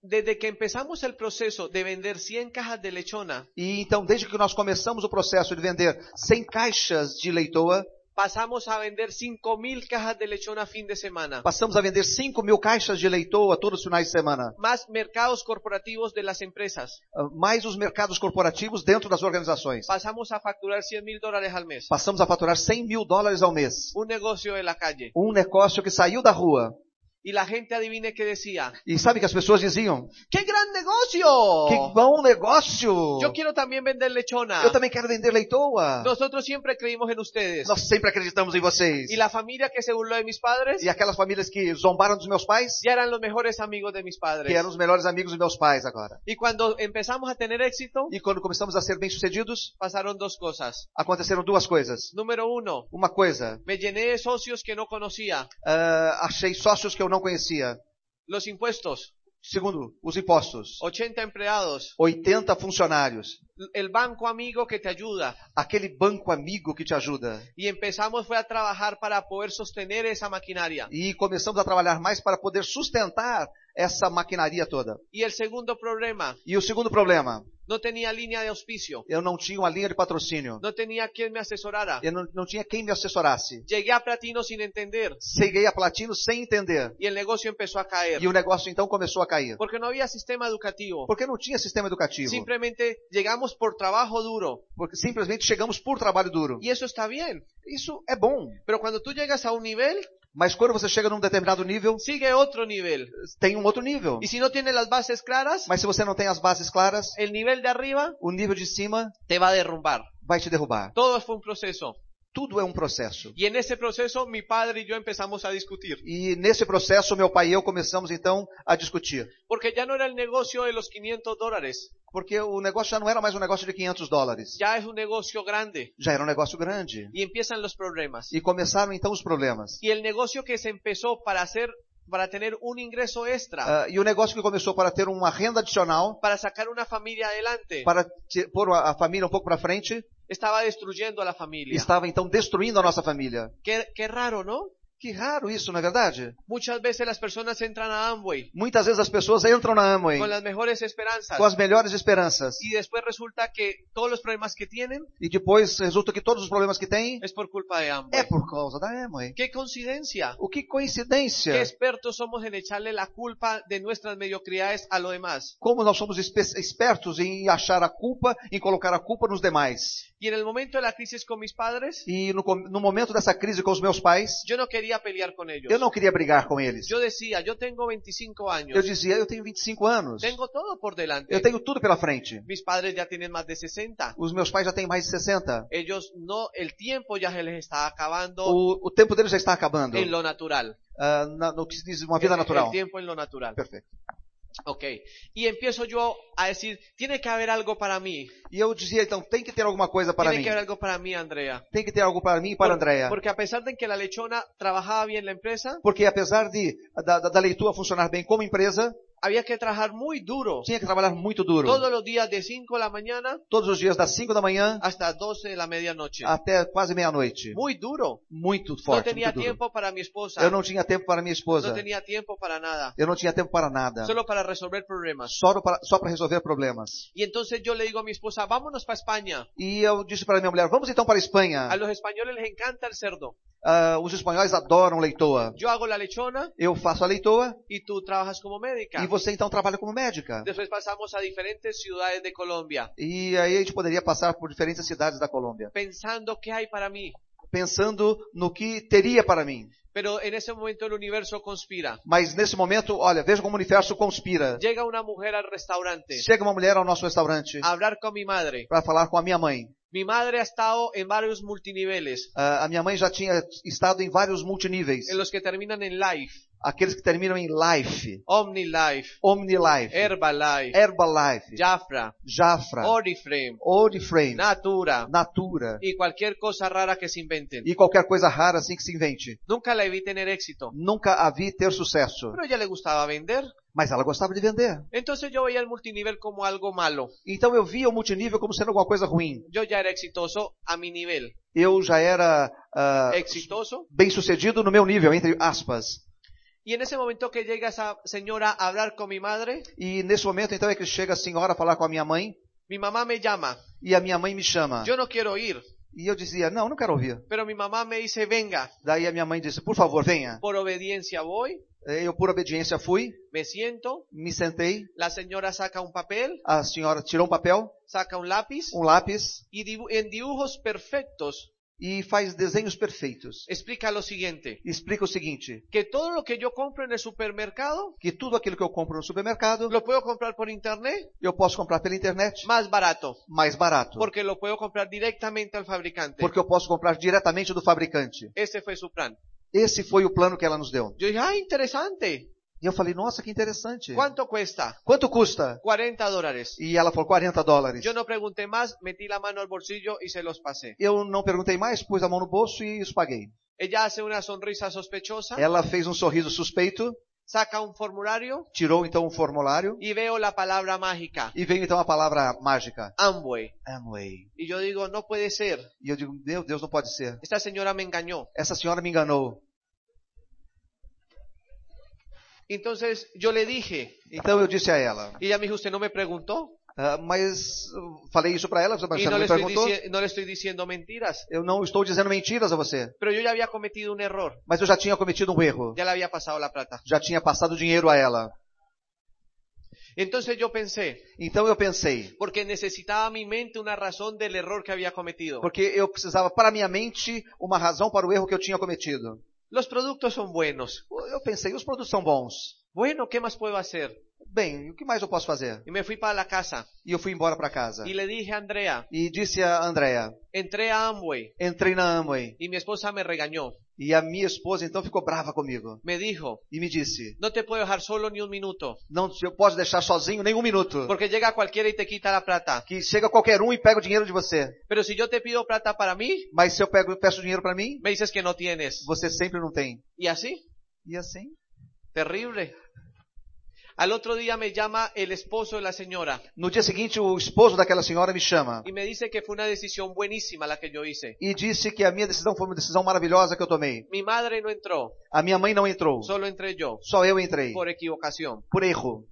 Speaker 2: desde que empezamos el proceso de vender 100 cajas de lechona,
Speaker 3: E então, desde que nós começamos o processo de vender 100 caixas de leitoa,
Speaker 2: pasamos a vender 5000 cajas de lechona a fin de semana.
Speaker 3: passamos a vender 5 mil caixas de leitoa todos os finais de semana,
Speaker 2: Más mercados corporativos de las empresas.
Speaker 3: ah, mais os mercados corporativos dentro das organizações.
Speaker 2: Pasamos a facturar 100 mil dólares al mes.
Speaker 3: Passamos a faturar 100 mil dólares ao mês.
Speaker 2: Un negocio de la calle.
Speaker 3: Um negócio que saiu da rua.
Speaker 2: Y la gente adivine qué decía.
Speaker 3: E sabe que as pessoas diziam?
Speaker 2: ¡Qué gran negocio!
Speaker 3: Que bom negócio!
Speaker 2: Yo quiero también vender lechona.
Speaker 3: Eu também quero vender leitoa.
Speaker 2: Nosotros siempre creímos en ustedes.
Speaker 3: Nós sempre acreditamos em vocês.
Speaker 2: Y la familia que se burló de mis padres
Speaker 3: E aquelas famílias que zombaram dos meus pais,
Speaker 2: ya eran los mejores amigos de mis
Speaker 3: que
Speaker 2: padres.
Speaker 3: eram os melhores amigos dos meus pais agora.
Speaker 2: Y cuando empezamos a tener éxito,
Speaker 3: E quando começamos a ser bem-sucedidos,
Speaker 2: pasaron dos cosas.
Speaker 3: aconteceram duas coisas.
Speaker 2: Número uno,
Speaker 3: Uma coisa,
Speaker 2: me llené de socios que no conocía.
Speaker 3: ah, achei sócios que eu não conhecia.
Speaker 2: Los impuestos,
Speaker 3: Segundo, os impostos.
Speaker 2: 80 empleados,
Speaker 3: 80 funcionários.
Speaker 2: el banco amigo que te ayuda.
Speaker 3: Aquele banco amigo que te ajuda.
Speaker 2: Y empezamos fue a trabajar para poder sostener esa maquinaria.
Speaker 3: E começamos a trabalhar mais para poder sustentar essa maquinaria toda.
Speaker 2: Y el segundo problema,
Speaker 3: E o segundo problema,
Speaker 2: no tenía línea de auspicio.
Speaker 3: eu não tinha uma linha de patrocínio.
Speaker 2: No tenía quien me asesorara.
Speaker 3: Eu não, não tinha quem me assessorasse.
Speaker 2: Llegué a platino sin entender
Speaker 3: Cheguei a platino sem entender.
Speaker 2: y el negocio empezó a caer.
Speaker 3: E o negócio então começou a cair.
Speaker 2: Porque no había sistema educativo.
Speaker 3: Porque não tinha sistema educativo.
Speaker 2: Simplemente llegamos por trabajo duro.
Speaker 3: Porque simplesmente chegamos por trabalho duro.
Speaker 2: Y eso está bien.
Speaker 3: Isso é bom.
Speaker 2: Pero cuando tú llegas a un nivel,
Speaker 3: Mas quando você chega num determinado nível,
Speaker 2: sigue otro nivel.
Speaker 3: tem um outro nível.
Speaker 2: Y si no tienes las bases claras,
Speaker 3: Mas se você não tem as bases claras,
Speaker 2: el nivel de arriba
Speaker 3: o nível de cima
Speaker 2: te va a derrumbar.
Speaker 3: vai te derrubar.
Speaker 2: Todo fue un proceso.
Speaker 3: Tudo é um processo.
Speaker 2: Y en ese proceso mi padre y yo empezamos a discutir.
Speaker 3: E nesse processo, meu pai e eu começamos então a discutir.
Speaker 2: Porque ya no era el negocio de los 500 dólares.
Speaker 3: Porque o negócio já não era mais um negócio de 500 dólares.
Speaker 2: Ya es un negocio grande.
Speaker 3: Já era um negócio grande.
Speaker 2: Y empiezan los problemas.
Speaker 3: E começaram então os problemas.
Speaker 2: Y el negocio que se empezó para hacer, para tener un ingreso extra,
Speaker 3: Ah, e o negócio que começou para ter uma renda adicional,
Speaker 2: para sacar una familia adelante,
Speaker 3: para te- pôr a a família um pouco para frente,
Speaker 2: estaba destruyendo a la familia.
Speaker 3: estava então destruindo a nossa família.
Speaker 2: Qué, qué raro, ¿no?
Speaker 3: Que raro isso, não é verdade?
Speaker 2: Muchas veces las personas entran a Amway
Speaker 3: Muitas vezes as pessoas entram na Amway
Speaker 2: con las mejores esperanzas
Speaker 3: com as melhores esperanças
Speaker 2: y después resulta que todos los problemas que tienen
Speaker 3: e depois resulta que todos os problemas que têm
Speaker 2: es por culpa de
Speaker 3: é
Speaker 2: Amway.
Speaker 3: por causa da Amway.
Speaker 2: ¡Qué coincidencia!
Speaker 3: eh, O que
Speaker 2: ¡Qué
Speaker 3: coincidência!
Speaker 2: expertos somos en echarle la culpa de nuestras mediocridades a lo demás!
Speaker 3: Como nós somos espe- espertos em achar a culpa, em colocar a culpa nos demais.
Speaker 2: Y en el momento de la crisis con mis padres,
Speaker 3: E no, com- no momento dessa crise com os meus pais,
Speaker 2: yo no quería quería pelear con ellos.
Speaker 3: Eu não queria brigar com eles.
Speaker 2: Yo decía, yo tengo 25
Speaker 3: Eu
Speaker 2: años,
Speaker 3: dizia, eu tenho 25 anos.
Speaker 2: tengo todo por delante.
Speaker 3: Eu tenho tudo pela frente.
Speaker 2: Mis padres ya tienen más de 60.
Speaker 3: Os meus pais já têm mais de 60.
Speaker 2: Ellos no, el tiempo ya se les está acabando
Speaker 3: O, o tempo deles já está acabando.
Speaker 2: en lo natural.
Speaker 3: Ah, na- no que se diz uma
Speaker 2: El,
Speaker 3: vida natural.
Speaker 2: el tiempo en lo natural.
Speaker 3: Perfeito.
Speaker 2: Ok. Y empiezo yo a decir, tiene que haber algo para mí.
Speaker 3: E eu dizia, então, tem que ter alguma coisa para
Speaker 2: tiene
Speaker 3: mim.
Speaker 2: que haber algo para mí, Andrea.
Speaker 3: Tem que ter algo para mim e para
Speaker 2: Por-
Speaker 3: Andréia.
Speaker 2: Porque a pesar de que la lechona trabajaba bien la empresa,
Speaker 3: Porque apesar de da, da, da leitura funcionar bem como empresa,
Speaker 2: había que trabajar muy duro.
Speaker 3: tinha que trabalhar muito duro.
Speaker 2: Todos los días de 5 de la mañana
Speaker 3: Todos os dias, das 5 da manhã
Speaker 2: hasta 12 de la medianoche.
Speaker 3: até quase meia-noite.
Speaker 2: Muy duro.
Speaker 3: Muito
Speaker 2: No
Speaker 3: forte,
Speaker 2: tenía
Speaker 3: muito duro.
Speaker 2: tiempo para mi esposa.
Speaker 3: Eu não tinha tempo para minha esposa.
Speaker 2: No tenía tiempo para nada.
Speaker 3: Eu não tinha tempo para nada.
Speaker 2: Solo para resolver problemas.
Speaker 3: Só para, só para resolver problemas.
Speaker 2: Y entonces yo le digo a mi esposa, vámonos para España.
Speaker 3: E eu disse para minha mulher, vamos então para a Espanha.
Speaker 2: A los españoles les encanta el cerdo.
Speaker 3: Ah, os espanhóis adoram leitoa.
Speaker 2: Yo hago la lechona
Speaker 3: Eu faço a leitoa
Speaker 2: y tú trabajas como médica.
Speaker 3: e você então trabalha como médica.
Speaker 2: Después pasamos a diferentes ciudades de Colombia,
Speaker 3: E aí a gente poderia passar por diferentes cidades da Colômbia,
Speaker 2: pensando qué hay para mí.
Speaker 3: pensando no que teria para mim.
Speaker 2: Pero en ese momento el universo conspira.
Speaker 3: Mas nesse momento, olha, veja como o universo conspira.
Speaker 2: Llega una mujer al restaurante
Speaker 3: Chega uma mulher ao nosso restaurante
Speaker 2: a hablar con mi madre.
Speaker 3: para falar com a minha mãe.
Speaker 2: Mi madre ha estado en varios multiniveles,
Speaker 3: Ah, a minha mãe já tinha estado em vários multiníveis,
Speaker 2: en los que terminan en Life,
Speaker 3: aqueles que terminam em Life,
Speaker 2: OmniLife,
Speaker 3: OmniLife,
Speaker 2: Herbalife,
Speaker 3: Herbalife,
Speaker 2: Jafra,
Speaker 3: Eh, Jafra,
Speaker 2: Oriframe,
Speaker 3: Oriframe,
Speaker 2: Natura
Speaker 3: Natura
Speaker 2: y cualquier cosa rara que se inventen.
Speaker 3: e qualquer coisa rara assim que se invente.
Speaker 2: Nunca la vi tener éxito.
Speaker 3: Nunca a vi ter sucesso,
Speaker 2: Pero a ella le gustaba vender.
Speaker 3: mas ela gostava de vender.
Speaker 2: Entonces yo veía el multinivel como algo malo.
Speaker 3: Então eu via o multinível como sendo alguma coisa ruim.
Speaker 2: Yo ya era exitoso a mi nivel.
Speaker 3: Eu já era
Speaker 2: É
Speaker 3: ah,
Speaker 2: Exitoso.
Speaker 3: bem sucedido no meu nível, entre aspas.
Speaker 2: Y en ese momento que llega esa señora a hablar con mi madre,
Speaker 3: E nesse momento então é que chega a senhora a falar com a minha mãe
Speaker 2: mi mamá me llama.
Speaker 3: e a minha mãe me chama.
Speaker 2: Yo no quiero ir,
Speaker 3: E eu dizia, não, não quero ouvir.
Speaker 2: pero mi mamá me dice, venga,
Speaker 3: Daí a minha mãe disse, por favor, venha.
Speaker 2: por obediencia voy,
Speaker 3: Eu por obediência fui,
Speaker 2: me siento,
Speaker 3: me sentei,
Speaker 2: la señora saca un papel,
Speaker 3: a senhora tirou um papel,
Speaker 2: saca un lápiz
Speaker 3: um lápis
Speaker 2: y dibu- en dibujos perfectos
Speaker 3: e faz desenhos perfeitos.
Speaker 2: explica lo siguiente,
Speaker 3: Explica o seguinte,
Speaker 2: que todo lo que yo compro en el supermercado
Speaker 3: que tudo aquilo que eu compro no supermercado,
Speaker 2: lo puedo comprar por internet
Speaker 3: eu posso comprar pela internet
Speaker 2: más barato,
Speaker 3: mais barato.
Speaker 2: porque lo puedo comprar directamente al fabricante.
Speaker 3: Porque eu posso comprar diretamente do fabricante.
Speaker 2: Ese fue su plan.
Speaker 3: Esse foi o plano que ela nos deu.
Speaker 2: Yo dije, ah, interesante.
Speaker 3: E eu falei, nossa, que interessante.
Speaker 2: ¿Cuánto cuesta?
Speaker 3: Quanto custa?
Speaker 2: 40 dólares.
Speaker 3: E ela falou, 40 dólares.
Speaker 2: Yo no pregunté más, metí la mano al bolsillo y se los pasé.
Speaker 3: Eu não perguntei mais, pus a mão no bolso e os paguei.
Speaker 2: Ella hace una sonrisa sospechosa,
Speaker 3: Ela fez um sorriso suspeito,
Speaker 2: saca un formulario
Speaker 3: tirou então um formulário
Speaker 2: y veo la palabra mágica,
Speaker 3: e veio então a palavra mágica.
Speaker 2: Amway.
Speaker 3: Amway.
Speaker 2: Y yo digo, no puede ser,
Speaker 3: E eu digo, meu Deus, não pode ser.
Speaker 2: esta señora me engañó.
Speaker 3: Essa senhora me enganou.
Speaker 2: Entonces yo le dije,
Speaker 3: Então eu disse a ela,
Speaker 2: y ella me dijo, ¿usted no me preguntó?
Speaker 3: "Ah, mas uh, falei isso para ela, mas
Speaker 2: Y
Speaker 3: você
Speaker 2: no le,
Speaker 3: não me
Speaker 2: estoy
Speaker 3: perguntou.
Speaker 2: dici- no le estoy diciendo mentiras,
Speaker 3: Eu não estou dizendo mentiras a você,
Speaker 2: pero yo ya había cometido un error,
Speaker 3: mas eu já tinha cometido um erro.
Speaker 2: ya le había pasado la plata.
Speaker 3: Já tinha passado dinheiro a ela.
Speaker 2: Entonces yo pensé,
Speaker 3: Então eu pensei,
Speaker 2: porque necesitaba mi mente una razón del error que había cometido.
Speaker 3: porque eu precisava para minha mente uma razão para o erro que eu tinha cometido.
Speaker 2: Los productos son buenos.
Speaker 3: Eu pensei, os produtos são bons.
Speaker 2: Bueno, ¿qué más puedo hacer?
Speaker 3: Bem, o que mais eu posso fazer?
Speaker 2: Y me fui para la casa
Speaker 3: E eu fui embora para casa.
Speaker 2: y le dije a Andrea,
Speaker 3: E disse a Andrea,
Speaker 2: entré a Amway
Speaker 3: entrei na Amway.
Speaker 2: y mi esposa me regañó.
Speaker 3: E a minha esposa então ficou brava comigo.
Speaker 2: Me dijo,
Speaker 3: E me disse,
Speaker 2: no te puedo dejar solo ni un minuto,
Speaker 3: não te posso deixar sozinho nem um minuto.
Speaker 2: porque llega cualquiera y te quita la plata.
Speaker 3: Que chega qualquer um e pega o dinheiro de você.
Speaker 2: Pero si yo te pido plata para mí,
Speaker 3: Mas se eu pego, peço dinheiro para mim,
Speaker 2: me dices que no tienes.
Speaker 3: você sempre não tem.
Speaker 2: Y así,
Speaker 3: E assim?
Speaker 2: terrible. Al otro día me llama el esposo de la señora
Speaker 3: No dia seguinte, o esposo daquela senhora me chama.
Speaker 2: y me dice que fue una decisión buenísima la que yo hice.
Speaker 3: E disse que a minha decisão foi uma decisão maravilhosa que eu tomei.
Speaker 2: Mi madre no entró,
Speaker 3: A minha mãe não entrou.
Speaker 2: solo entré yo,
Speaker 3: Só eu entrei.
Speaker 2: por equivocación.
Speaker 3: Por erro.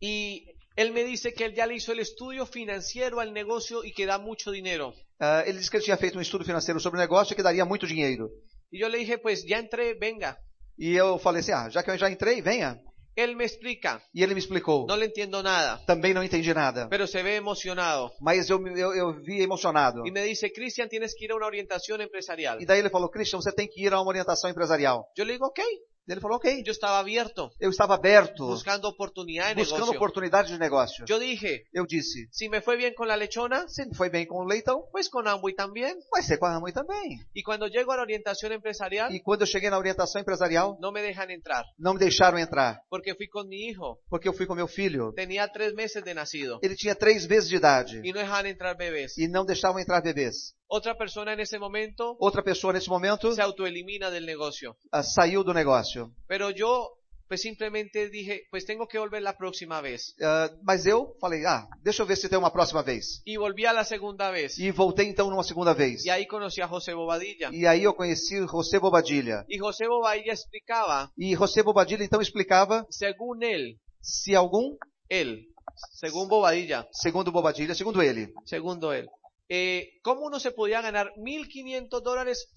Speaker 2: Y él me dice que él ya le hizo el estudio financiero al negocio y que da mucho dinero.
Speaker 3: Ah, ele disse que ele tinha feito um estudo financeiro sobre o negócio e que daria muito dinheiro.
Speaker 2: Y yo le dije, pues ya entré, venga.
Speaker 3: E eu falei assim, ah, já que eu já entrei, venha.
Speaker 2: Él me explica,
Speaker 3: E ele me explicou.
Speaker 2: no le entiendo nada,
Speaker 3: Também não entendi nada.
Speaker 2: pero se ve emocionado.
Speaker 3: Mas eu, me- eu, eu vi emocionado.
Speaker 2: Y me dice, Cristian, tienes que ir a una orientación empresarial.
Speaker 3: E daí ele falou, Christian, você tem que ir a uma orientação empresarial.
Speaker 2: Yo le digo, ok.
Speaker 3: Ele falou, ok.
Speaker 2: Yo estaba abierto,
Speaker 3: Eu estava aberto,
Speaker 2: buscando oportunidad de
Speaker 3: buscando
Speaker 2: negocio.
Speaker 3: oportunidade de negócio.
Speaker 2: Yo dije,
Speaker 3: Eu disse,
Speaker 2: si me fue bien con la lechona,
Speaker 3: se não foi bem com o Leitão,
Speaker 2: pues con Amway también.
Speaker 3: vai ser com a Ramon também.
Speaker 2: Y cuando llego a la orientación empresarial,
Speaker 3: E quando eu cheguei na orientação empresarial,
Speaker 2: no me dejan entrar,
Speaker 3: não me deixaram entrar,
Speaker 2: porque fui con mi hijo.
Speaker 3: porque eu fui com meu filho.
Speaker 2: Tenía tres meses de nacido
Speaker 3: Ele tinha três meses de idade
Speaker 2: y no dejaban entrar bebés.
Speaker 3: e não deixavam entrar bebês.
Speaker 2: Otra persona en ese momento
Speaker 3: Outra pessoa nesse momento
Speaker 2: se autoelimina del negocio.
Speaker 3: ah, saiu do negócio.
Speaker 2: Pero yo, pues simplemente dije, pues tengo que volver la próxima vez.
Speaker 3: Ah, mas eu falei, ah, deixa eu ver se tem uma próxima vez.
Speaker 2: Y volví a la segunda vez.
Speaker 3: E voltei então numa segunda vez.
Speaker 2: Y ahí conocí a José Bobadilla.
Speaker 3: E aí eu conheci José Bobadilha.
Speaker 2: Y José Bobadilla explicaba,
Speaker 3: E José Bobadilha então explicava
Speaker 2: según él,
Speaker 3: se algum,
Speaker 2: él, según Bobadilla,
Speaker 3: segundo Bobadilha, segundo ele,
Speaker 2: segundo él, eh, cómo uno se podía ganar 1.500 dólares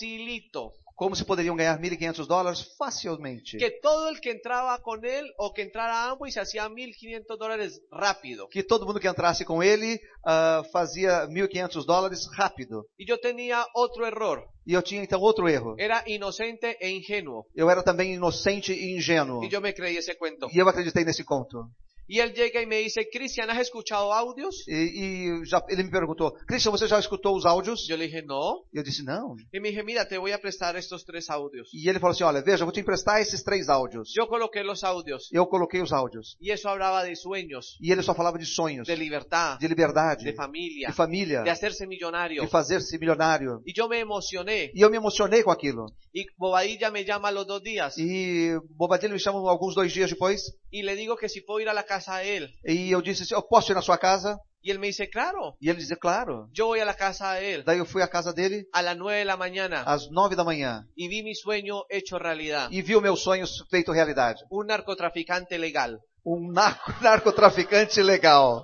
Speaker 2: facilito.
Speaker 3: como se poderiam ganhar 1.500 dólares facilmente.
Speaker 2: Que todo el que entraba con él o que entrara a ambos y se hacía 1.500 dólares rápido.
Speaker 3: Que todo mundo que entrasse com ele ah, fazia 1.500 dólares rápido.
Speaker 2: Y yo tenía otro error.
Speaker 3: E eu tinha então outro erro.
Speaker 2: Era inocente e ingenuo.
Speaker 3: Eu era também inocente e ingênuo.
Speaker 2: Y yo me creí ese cuento.
Speaker 3: E eu acreditei nesse conto.
Speaker 2: Y él llega y me dice, Cristian, ¿has escuchado audios?
Speaker 3: E, e já, ele me perguntou, Christian, você já escutou os áudios?
Speaker 2: Yo le dije, no.
Speaker 3: E eu disse, não.
Speaker 2: Y me dije, mira, te voy a prestar estos tres audios.
Speaker 3: E ele falou assim, olha, veja, eu vou te emprestar esses três áudios.
Speaker 2: Yo coloqué los audios
Speaker 3: Eu coloquei os áudios.
Speaker 2: y eso hablaba de sueños,
Speaker 3: E ele só falava de sonhos,
Speaker 2: de libertad,
Speaker 3: de liberdade,
Speaker 2: de familia,
Speaker 3: de família,
Speaker 2: de hacerse millonario.
Speaker 3: de fazer-se milionário.
Speaker 2: Y yo me emocioné
Speaker 3: E eu me emocionei com aquilo.
Speaker 2: y Bobadilla me llama a los dos días
Speaker 3: E Bobadilha me chamou alguns dois dias depois.
Speaker 2: y le digo que si puedo ir a la casa de él.
Speaker 3: E eu disse assim, eu posso ir na sua casa?
Speaker 2: Y él me dice, claro,
Speaker 3: E ele dizia, claro.
Speaker 2: yo voy a la casa de él
Speaker 3: Daí eu fui à casa dele
Speaker 2: a las nueve de la mañana
Speaker 3: às nove da manhã
Speaker 2: y vi mi sueño hecho realidad.
Speaker 3: e vi o meu sonho feito realidade.
Speaker 2: Un narcotraficante legal.
Speaker 3: Um narco, [laughs] narcotraficante legal.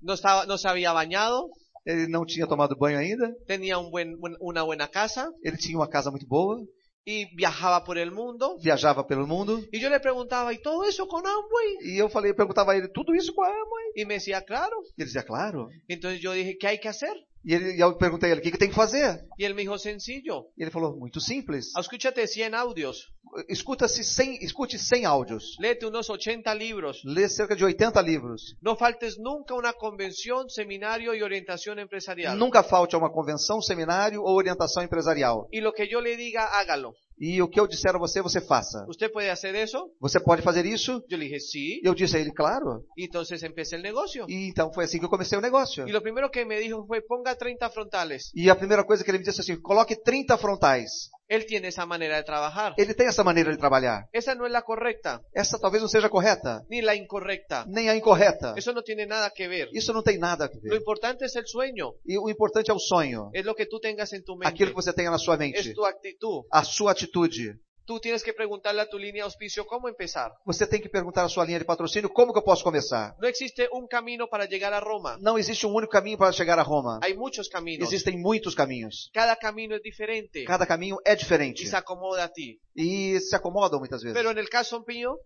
Speaker 2: No, estaba, no se había bañado,
Speaker 3: Ele não tinha tomado banho ainda.
Speaker 2: tenía un buen, buen- una buena casa
Speaker 3: Ele tinha uma casa muito boa.
Speaker 2: y viajaba por el mundo.
Speaker 3: Viajava pelo mundo.
Speaker 2: Y yo le preguntaba, ¿y todo eso con Amway?
Speaker 3: E eu falei, perguntava a ele, tudo isso com a mãe?
Speaker 2: Y me decía, claro.
Speaker 3: Ele dizia, claro.
Speaker 2: Entonces yo dije, ¿qué hay que hacer?
Speaker 3: E, ele, e eu perguntei a ele, o que, que tem que fazer?
Speaker 2: Y él me dijo, sencillo.
Speaker 3: E ele falou, muito simples.
Speaker 2: Escúchate 100 audios,
Speaker 3: Escuta-se 100, escute 100 áudios.
Speaker 2: léete unos 80 libros.
Speaker 3: Lê cerca de 80 livros.
Speaker 2: No faltes nunca a una convención, seminario y orientación empresarial.
Speaker 3: Nunca falte a uma convenção, seminário ou orientação empresarial.
Speaker 2: Y lo que yo le diga, hágalo.
Speaker 3: E o que eu disser a você, você faça.
Speaker 2: ¿Usted puede hacer eso?
Speaker 3: Você pode fazer isso?
Speaker 2: Yo le dije, sí.
Speaker 3: E eu disse a ele, claro.
Speaker 2: Y entonces empecé el negocio.
Speaker 3: E então foi assim que eu comecei o negócio.
Speaker 2: Y lo primero que me dijo fue, ponga 30 frontales.
Speaker 3: E a primeira coisa que ele me disse assim, coloque 30 frontais.
Speaker 2: Él tiene esa manera de trabajar.
Speaker 3: Ele tem essa maneira de trabalhar.
Speaker 2: Esa no es la correcta,
Speaker 3: Essa talvez não seja a correta,
Speaker 2: ni la incorrecta.
Speaker 3: nem a incorreta.
Speaker 2: Eso no tiene nada que ver.
Speaker 3: Isso não tem nada a
Speaker 2: Lo
Speaker 3: ver.
Speaker 2: importante es el sueño,
Speaker 3: E o importante é o sonho.
Speaker 2: es lo que tú tengas en tu
Speaker 3: Aquilo
Speaker 2: mente,
Speaker 3: que você tenha na sua
Speaker 2: es
Speaker 3: mente.
Speaker 2: tu actitud.
Speaker 3: A sua atitude.
Speaker 2: Tú tienes que preguntarle a tu línea de auspicio cómo empezar.
Speaker 3: Você tem que perguntar à sua linha de patrocínio como que eu posso começar.
Speaker 2: No existe un camino para llegar a Roma,
Speaker 3: Não existe um único caminho para chegar a Roma.
Speaker 2: hay muchos caminos.
Speaker 3: Existem muitos caminhos.
Speaker 2: Cada camino es diferente
Speaker 3: Cada caminho é
Speaker 2: y
Speaker 3: diferente.
Speaker 2: se acomoda a ti.
Speaker 3: E se acomodam muitas vezes.
Speaker 2: Pero en el caso mío,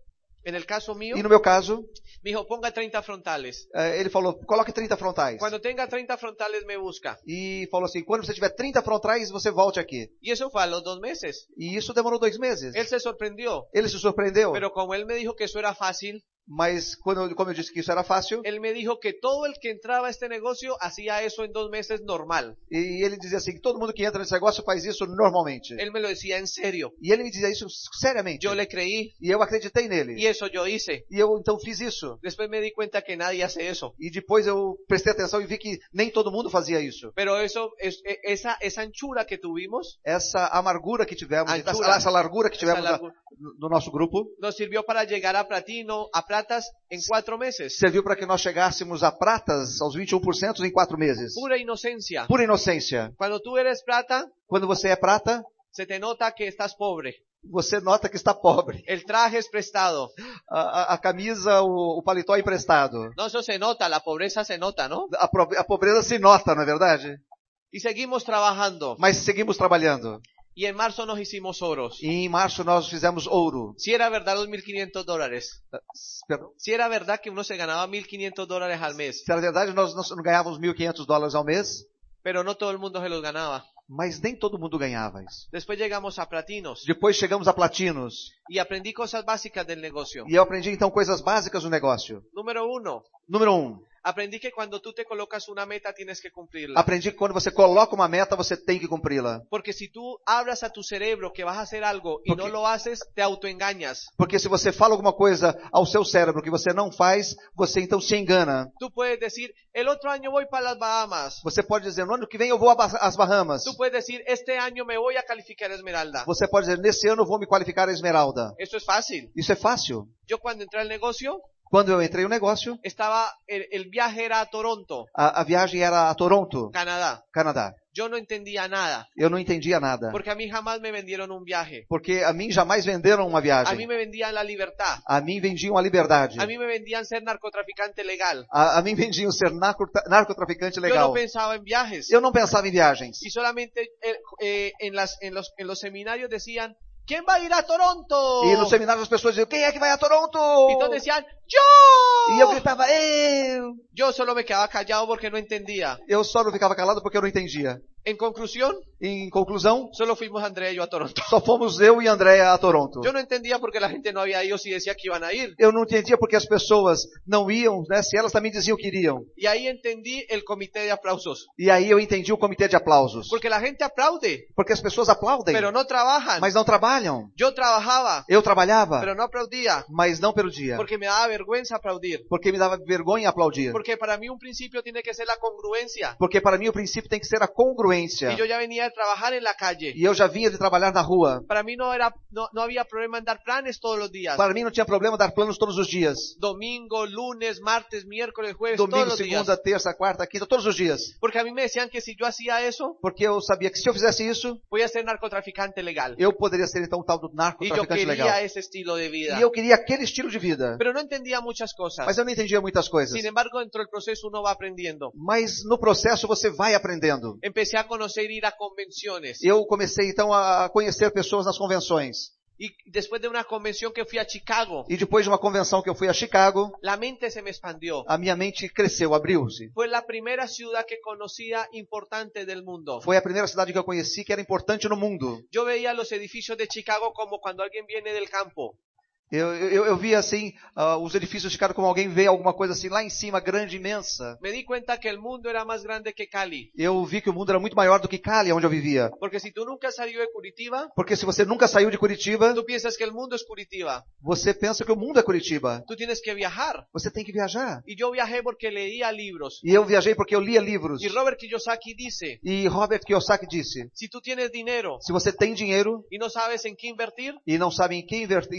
Speaker 2: en el caso mío,
Speaker 3: E no meu caso,
Speaker 2: me dijo, ponga 30 frontales.
Speaker 3: eh, ele falou, coloque 30 frontais.
Speaker 2: Cuando tenga 30 frontales me busca.
Speaker 3: E falou assim, quando você tiver 30 frontais, você volte aqui.
Speaker 2: Y eso fue a los dos meses.
Speaker 3: E isso demorou dois meses.
Speaker 2: Él se sorprendió,
Speaker 3: Ele se surpreendeu,
Speaker 2: pero como él me dijo que eso era fácil,
Speaker 3: mas quando, eu- como eu disse que isso era fácil,
Speaker 2: él me dijo que todo el que entraba a este negocio hacía eso en dos meses normal.
Speaker 3: e ele dizia assim, todo mundo que entra nesse negócio faz isso normalmente.
Speaker 2: Él me lo decía en serio.
Speaker 3: E ele me dizia isso seriamente.
Speaker 2: Yo le creí
Speaker 3: E eu acreditei nele.
Speaker 2: y eso yo hice.
Speaker 3: E eu então fiz isso.
Speaker 2: Después me di cuenta que nadie hace eso.
Speaker 3: E depois eu prestei atenção e vi que nem todo mundo fazia isso.
Speaker 2: Pero eso, es- e- esa, esa anchura que tuvimos
Speaker 3: Essa amargura que tivemos,
Speaker 2: Anchura.
Speaker 3: essa, essa largura que
Speaker 2: Essa
Speaker 3: tivemos
Speaker 2: largura.
Speaker 3: na- no- no nosso grupo,
Speaker 2: nos sirvió para llegar a platino, a platas en cuatro meses.
Speaker 3: serviu para que nós chegássemos a pratas, aos 21% em quatro meses.
Speaker 2: Pura inocencia.
Speaker 3: Pura inocência.
Speaker 2: Cuando tú eres plata,
Speaker 3: Quando você é prata,
Speaker 2: se te nota que estás pobre.
Speaker 3: você nota que está pobre.
Speaker 2: El traje es prestado.
Speaker 3: A, a- a camisa, o, o paletó é emprestado.
Speaker 2: No, eso se nota, la pobreza se nota, ¿no?
Speaker 3: A, pro- a pobreza se nota, não é verdade?
Speaker 2: Y seguimos trabajando.
Speaker 3: mas seguimos trabalhando.
Speaker 2: Y en marzo nos hicimos oros.
Speaker 3: E em março nós fizemos ouro.
Speaker 2: Si era verdad los 1.500 dólares.
Speaker 3: Perdão?
Speaker 2: Si era verdad que uno se ganaba 1.500 dólares al mes.
Speaker 3: Se era verdade, nós nós não ganhávamos 1.500 dólares ao mês,
Speaker 2: Pero no todo el mundo se los ganaba.
Speaker 3: mas nem todo mundo ganhava isso.
Speaker 2: Después llegamos a platinos.
Speaker 3: Depois chegamos a platinos.
Speaker 2: Y aprendí cosas básicas del negocio.
Speaker 3: E eu aprendi então coisas básicas do negócio.
Speaker 2: Número uno.
Speaker 3: Número um,
Speaker 2: Aprendí que cuando tú te colocas una meta tienes que cumplirla.
Speaker 3: aprendi que quando você coloca uma meta, você tem que cumpri-la.
Speaker 2: Porque si tú hablas a tu cerebro que vas a hacer algo y no
Speaker 3: Porque-
Speaker 2: lo haces, te autoengañas.
Speaker 3: Porque se você fala alguma coisa ao seu cérebro que você não faz, você então se engana.
Speaker 2: Tú puedes decir, el otro año voy para las Bahamas.
Speaker 3: Você pode dizer, no ano que vem eu vou a Ba- às Bahamas.
Speaker 2: Tú puedes decir, este año me voy a calificar a Esmeralda.
Speaker 3: Você pode dizer, nesse ano eu vou me qualificar a esmeralda.
Speaker 2: Eso es fácil.
Speaker 3: Isso é fácil.
Speaker 2: Yo cuando entré al negocio,
Speaker 3: Quando eu entrei no negócio,
Speaker 2: estaba, el, el viaje era a Toronto,
Speaker 3: a, a viagem era a Toronto,
Speaker 2: Canadá.
Speaker 3: Canadá.
Speaker 2: Yo no entendía nada,
Speaker 3: Eu não entendia nada.
Speaker 2: porque a mí jamás me vendieron un viaje.
Speaker 3: Porque a mim jamais venderam uma
Speaker 2: A mí
Speaker 3: viagem.
Speaker 2: me vendían la libertad.
Speaker 3: A mim vendiam a liberdade.
Speaker 2: A mí me vendían ser narcotraficante legal.
Speaker 3: A, a mim vendiam ser narco- narcotraficante
Speaker 2: Yo no
Speaker 3: legal.
Speaker 2: pensaba en viajes.
Speaker 3: Eu não pensava em viagens.
Speaker 2: Y solamente eh, eh, en, las, en, los, en los seminarios decían, ¿quién va a ir a Toronto?
Speaker 3: E no seminário as pessoas diziam, quem é que vai a Toronto?
Speaker 2: Y todos decían,
Speaker 3: E eu
Speaker 2: ¡yo!
Speaker 3: gritava, eu!
Speaker 2: Yo solo me quedaba callado porque no entendía.
Speaker 3: Eu só não ficava calado porque eu não entendia.
Speaker 2: En conclusión,
Speaker 3: Em conclusão,
Speaker 2: solo fuimos Andrea y yo a Toronto.
Speaker 3: só fomos eu e Andréa a Toronto.
Speaker 2: Yo no entendía por qué la gente no había ido si decía que iban a ir.
Speaker 3: Eu não entendia porque as pessoas não iam, né? Se elas também diziam que iriam.
Speaker 2: Y ahí entendí el comité de aplausos.
Speaker 3: E aí eu entendi o comitê de aplausos.
Speaker 2: Porque la gente aplaude,
Speaker 3: Porque as pessoas aplaudem,
Speaker 2: pero no Ah. trabajan.
Speaker 3: mas não trabalham.
Speaker 2: Yo trabajaba,
Speaker 3: Eu trabalhava,
Speaker 2: pero no aplaudía.
Speaker 3: mas não pelo dia.
Speaker 2: Porque me daba vergüenza aplaudir.
Speaker 3: Porque me dava vergonha aplaudir.
Speaker 2: Porque para mí un principio tiene que ser la congruencia.
Speaker 3: Porque para mim o princípio tem que ser a congruência.
Speaker 2: Y yo ya venía de trabajar en la calle.
Speaker 3: E eu já vinha de trabalhar na rua.
Speaker 2: Para mí no, era, no, no había problema en dar planes todos los días.
Speaker 3: Para mim não tinha problema dar planos todos os dias.
Speaker 2: Domingo, lunes, martes, miércoles, jueves, todos
Speaker 3: Domingo,
Speaker 2: los días.
Speaker 3: segunda, terça, quarta, quinta, todos os dias.
Speaker 2: Porque a mí me decían que si yo hacía eso,
Speaker 3: Porque eu sabia que se eu fizesse isso,
Speaker 2: voy a ser narcotraficante legal.
Speaker 3: eu poderia ser então um tal do
Speaker 2: Y yo
Speaker 3: narcotraficante
Speaker 2: quería
Speaker 3: legal.
Speaker 2: ese estilo de vida.
Speaker 3: E eu queria aquele estilo de vida.
Speaker 2: Pero né? no entendía muchas cosas.
Speaker 3: Mas eu não entendia muitas coisas.
Speaker 2: Sin embargo, dentro del proceso uno va aprendiendo.
Speaker 3: Mas no processo você vai aprendendo.
Speaker 2: Empecé a conocer ir a convenciones.
Speaker 3: Eu comecei então a conhecer pessoas nas convenções.
Speaker 2: Y después de una convención que fui a Chicago,
Speaker 3: E depois de uma convenção que eu fui a Chicago,
Speaker 2: la mente se me expandió.
Speaker 3: a minha mente cresceu, abriu-se.
Speaker 2: Fue la primera ciudad que conocía importante del mundo.
Speaker 3: Foi a primeira cidade que eu conheci que era importante no mundo.
Speaker 2: Yo veía los edificios de Chicago como cuando alguien viene del campo.
Speaker 3: Eu, eu, eu vi assim, ah, os edifícios de Chicago como alguém vê alguma coisa assim lá em cima, grande, imensa.
Speaker 2: Me di cuenta que el mundo era más grande que Cali.
Speaker 3: Eu vi que o mundo era muito maior do que Cali, onde eu vivia.
Speaker 2: Porque si tú nunca has salido de Curitiba,
Speaker 3: Porque se você nunca saiu de Curitiba,
Speaker 2: tú piensas que el mundo es Curitiba.
Speaker 3: você pensa que o mundo é Curitiba.
Speaker 2: Tú tienes que viajar.
Speaker 3: Você tem que viajar.
Speaker 2: Y yo viajé porque leía libros.
Speaker 3: E eu viajei porque eu lia livros.
Speaker 2: Y Robert Kiyosaki dice,
Speaker 3: E Robert Kiyosaki disse,
Speaker 2: si tú tienes dinero
Speaker 3: se você tem dinheiro
Speaker 2: y no sabes en qué invertir,
Speaker 3: e não sabe em quem inver-
Speaker 2: no le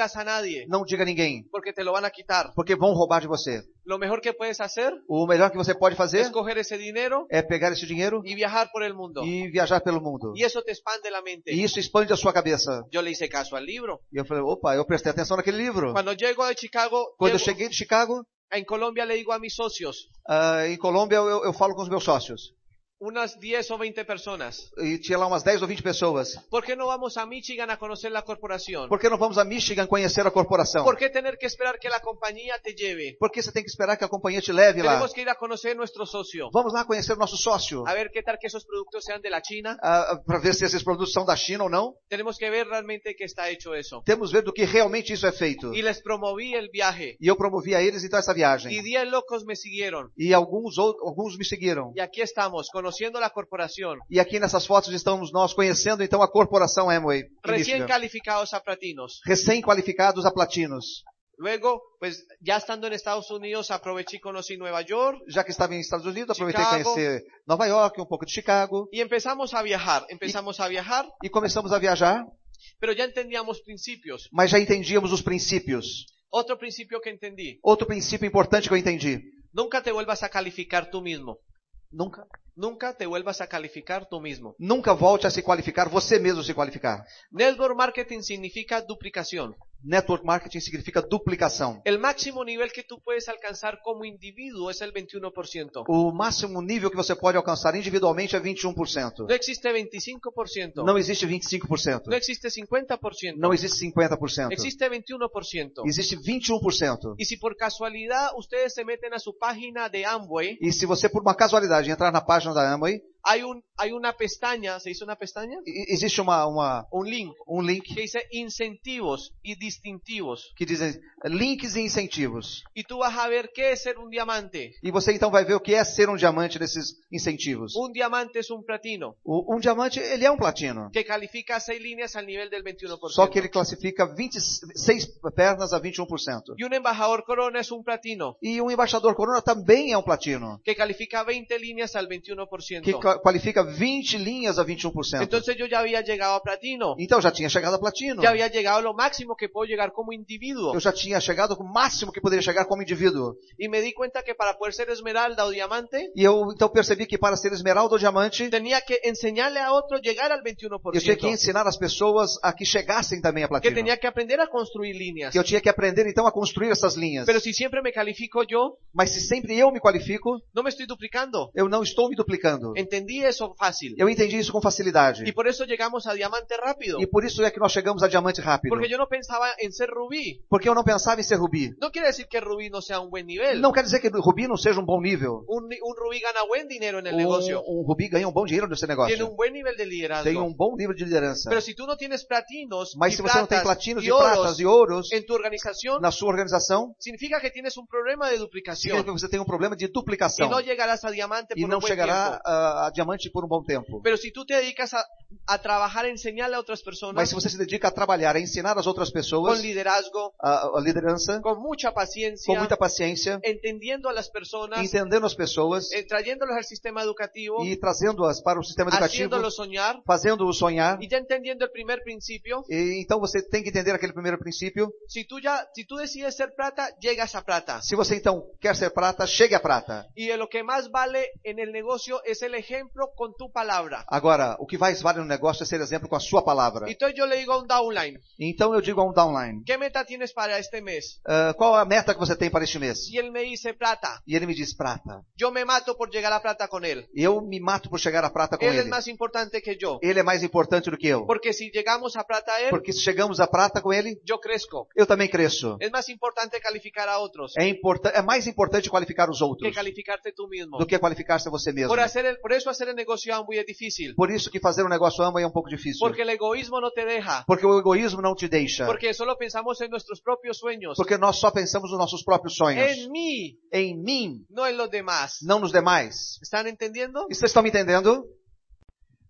Speaker 2: digas a nadie,
Speaker 3: não diga a ninguém.
Speaker 2: porque te lo van a quitar.
Speaker 3: Porque vão roubar de você.
Speaker 2: Lo mejor que puedes hacer
Speaker 3: O melhor que você pode
Speaker 2: es
Speaker 3: fazer
Speaker 2: coger ese dinero
Speaker 3: é pegar esse dinheiro
Speaker 2: y viajar por el mundo.
Speaker 3: e viajar pelo mundo.
Speaker 2: Y eso te expande la mente.
Speaker 3: E isso expande a sua cabeça.
Speaker 2: Yo le hice caso al libro.
Speaker 3: E eu falei, opa, eu prestei atenção naquele livro.
Speaker 2: Cuando llego a Chicago,
Speaker 3: Quando eu
Speaker 2: llego-
Speaker 3: cheguei de Chicago,
Speaker 2: en Colombia le digo a mis socios,
Speaker 3: ah, em Colômbia, eu, eu falo com os meus sócios.
Speaker 2: unas 10 o 20 personas,
Speaker 3: E tinha lá umas 10 ou 20 pessoas.
Speaker 2: ¿por qué no vamos a Michigan a conocer la corporación?
Speaker 3: Por que não vamos a Michigan conhecer a corporação?
Speaker 2: ¿Por qué tener que esperar que la compañía te lleve?
Speaker 3: Por que você tem que esperar que a companhia te leve lá?
Speaker 2: Tenemos que ir a conocer nuestro socio.
Speaker 3: Vamos lá conhecer o nosso sócio.
Speaker 2: A ver qué tal que esos productos sean de la China.
Speaker 3: para ver se esses produtos são da China ou não.
Speaker 2: Tenemos que ver realmente que está hecho eso.
Speaker 3: Temos ver do que realmente isso é feito.
Speaker 2: Y les promoví el viaje.
Speaker 3: E eu promovi a eles então essa
Speaker 2: Y
Speaker 3: viagem.
Speaker 2: 10 locos me siguieron.
Speaker 3: E alguns outros, alguns me seguiram.
Speaker 2: Y aquí estamos, conociendo la corporación.
Speaker 3: E aqui nessas fotos estamos nós conhecendo então a corporação Amway. em
Speaker 2: Recién
Speaker 3: Michigan.
Speaker 2: calificados a platinos.
Speaker 3: Recém-qualificados a platinos.
Speaker 2: Luego, pues ya estando en Estados Unidos, aproveché y conocí Nueva York.
Speaker 3: Já que estava em Estados Unidos, aproveitei
Speaker 2: Chicago.
Speaker 3: para conhecer Nova York, um pouco de Chicago.
Speaker 2: Y empezamos a viajar. Empezamos a viajar,
Speaker 3: E começamos a viajar,
Speaker 2: pero ya entendíamos principios.
Speaker 3: mas já entendíamos os princípios.
Speaker 2: Otro principio que entendí.
Speaker 3: Outro princípio importante que eu entendi.
Speaker 2: Nunca te vuelvas a calificar tú mismo.
Speaker 3: Nunca,
Speaker 2: Nunca te vuelvas a calificar tú mismo.
Speaker 3: nunca volte a se qualificar, você mesmo se qualificar.
Speaker 2: Network marketing significa duplicación.
Speaker 3: Network marketing significa duplicação.
Speaker 2: El máximo nivel que tú puedes alcanzar como individuo es el 21%.
Speaker 3: O máximo nível que você pode alcançar individualmente é
Speaker 2: No
Speaker 3: 21%.
Speaker 2: existe 25%.
Speaker 3: Não existe
Speaker 2: No
Speaker 3: 25%.
Speaker 2: existe 50%.
Speaker 3: Não existe 50%.
Speaker 2: Existe 21%.
Speaker 3: Existe 21%.
Speaker 2: Y si por casualidad ustedes se meten a su página de Amway,
Speaker 3: E se você, por uma casualidade, entrar na página da Amway,
Speaker 2: hay, un, hay una pestaña, ¿se hizo una pestaña?
Speaker 3: e- existe uma, uma,
Speaker 2: Un link
Speaker 3: um link
Speaker 2: que dice incentivos y distintivos.
Speaker 3: que diz eh, links e incentivos.
Speaker 2: Y tú vas a ver qué es ser un diamante.
Speaker 3: E você então vai ver o que é ser um diamante nesses incentivos.
Speaker 2: Un diamante es un platino
Speaker 3: O- um diamante, ele é um platino.
Speaker 2: que califica a seis líneas al nivel del 21%.
Speaker 3: Só que ele classifica 26 pernas a 21%.
Speaker 2: Y un embajador corona es un platino
Speaker 3: E um embaixador corona também é um platino,
Speaker 2: que califica 20 líneas al
Speaker 3: que
Speaker 2: 21%.
Speaker 3: qua- qualifica 20 linhas a 21%.
Speaker 2: Entonces yo ya había llegado a platino.
Speaker 3: Então já tinha chegado a platino.
Speaker 2: Ya había llegado a lo máximo que puedo llegar como individuo.
Speaker 3: Eu já tinha chegado ao máximo que poderia chegar como indivíduo.
Speaker 2: Y me di cuenta que para poder ser esmeralda o diamante,
Speaker 3: E eu então percebi que para ser esmeralda ou diamante,
Speaker 2: tenía que enseñarle a otro llegar al
Speaker 3: eu tinha que então.
Speaker 2: 21%.
Speaker 3: ensinar as pessoas a que chegassem também a
Speaker 2: Que
Speaker 3: platino.
Speaker 2: tenía que aprender a construir líneas.
Speaker 3: Que eu tinha que aprender então a construir essas linhas.
Speaker 2: Pero si siempre me califico yo,
Speaker 3: Mas se sempre eu me qualifico,
Speaker 2: no me estoy duplicando.
Speaker 3: eu não estou me duplicando.
Speaker 2: Entendí eso fácil.
Speaker 3: Eu entendi isso com facilidade.
Speaker 2: Y por eso llegamos a diamante rápido.
Speaker 3: E por isso é que nós chegamos a diamante rápido.
Speaker 2: Porque yo no pensaba en ser rubí.
Speaker 3: Porque eu não pensava em ser rubi.
Speaker 2: No quiere decir que rubí no sea un buen nivel.
Speaker 3: Não quer dizer que rubi não seja um bom nível.
Speaker 2: Un, un rubí gana buen dinero en el negocio.
Speaker 3: Um, um rubi ganha um bom dinheiro nesse
Speaker 2: Tiene un
Speaker 3: negócio.
Speaker 2: buen nivel de
Speaker 3: Tem
Speaker 2: liderazgo.
Speaker 3: um bom nível de liderança.
Speaker 2: Pero si tú no tienes platinos,
Speaker 3: Mas
Speaker 2: y
Speaker 3: se você não tem
Speaker 2: platas
Speaker 3: platinos
Speaker 2: y
Speaker 3: e
Speaker 2: oros
Speaker 3: pratas e ouros Então?
Speaker 2: en tu organización,
Speaker 3: na sua organização,
Speaker 2: significa que tienes un problema de
Speaker 3: significa que
Speaker 2: duplicación
Speaker 3: você tem um problema de
Speaker 2: y
Speaker 3: duplicação.
Speaker 2: no llegarás a diamante
Speaker 3: E
Speaker 2: por um un
Speaker 3: não
Speaker 2: buen
Speaker 3: chegará
Speaker 2: tiempo.
Speaker 3: a, a diamante por um bom tempo.
Speaker 2: Pero si tú te dedicas a, a trabajar, a enseñarle a otras
Speaker 3: Mas
Speaker 2: personas
Speaker 3: se você se dedica a trabalhar, a ensinar as outras
Speaker 2: con
Speaker 3: pessoas
Speaker 2: liderazgo,
Speaker 3: a, a liderança,
Speaker 2: con mucha
Speaker 3: com
Speaker 2: paciencia,
Speaker 3: muita paciência,
Speaker 2: entendiendo a las personas,
Speaker 3: entendendo as pessoas
Speaker 2: eh, trayéndolos al sistema educativo,
Speaker 3: e trazendo-as para o sistema educativo,
Speaker 2: haciéndolos soñar
Speaker 3: fazendo-os sonhar.
Speaker 2: y ya entendiendo el primer principio,
Speaker 3: E, então você tem que entender aquele primeiro princípio.
Speaker 2: si tú ya, si tú decides ser plata, llegas a plata.
Speaker 3: Se você então quer ser prata, chegue à prata.
Speaker 2: Y de lo que más vale en el negocio es el ejemplo con tu palabra.
Speaker 3: Agora, o que mais vale no negócio é ser exemplo com a sua palavra.
Speaker 2: Entonces yo le digo a un downline,
Speaker 3: Então eu digo a um downline,
Speaker 2: ¿qué meta tienes para este mes?
Speaker 3: "Ah, qual a meta que você tem para este mês?
Speaker 2: Si él me dice plata,
Speaker 3: E ele me diz prata.
Speaker 2: yo me mato por llegar a plata con él.
Speaker 3: Eu me mato por chegar à prata com
Speaker 2: Él es
Speaker 3: ele.
Speaker 2: más importante que yo.
Speaker 3: Ele é mais importante do que eu.
Speaker 2: Porque si llegamos a plata a él,
Speaker 3: Porque se chegamos à prata com ele,
Speaker 2: yo crezco.
Speaker 3: eu também cresço.
Speaker 2: Es mais importante calificar a otros
Speaker 3: É, importa- é mais importante qualificar os
Speaker 2: que
Speaker 3: outros
Speaker 2: calificarte tú mismo.
Speaker 3: do que qualificar-se a você mesmo.
Speaker 2: Por, assim hacer el, por eso hacer el negocio Amway es difícil.
Speaker 3: Por isso que fazer um negócio ama é um pouco difícil.
Speaker 2: Porque el egoísmo no te deja.
Speaker 3: Porque o egoísmo não te deixa.
Speaker 2: Porque solo pensamos en nuestros propios sueños.
Speaker 3: Porque nós só pensamos nos nossos próprios sonhos.
Speaker 2: En mí,
Speaker 3: Em mim,
Speaker 2: no en los demás.
Speaker 3: não nos demais.
Speaker 2: ¿Están entendiendo?
Speaker 3: E Vocês estão me entendendo?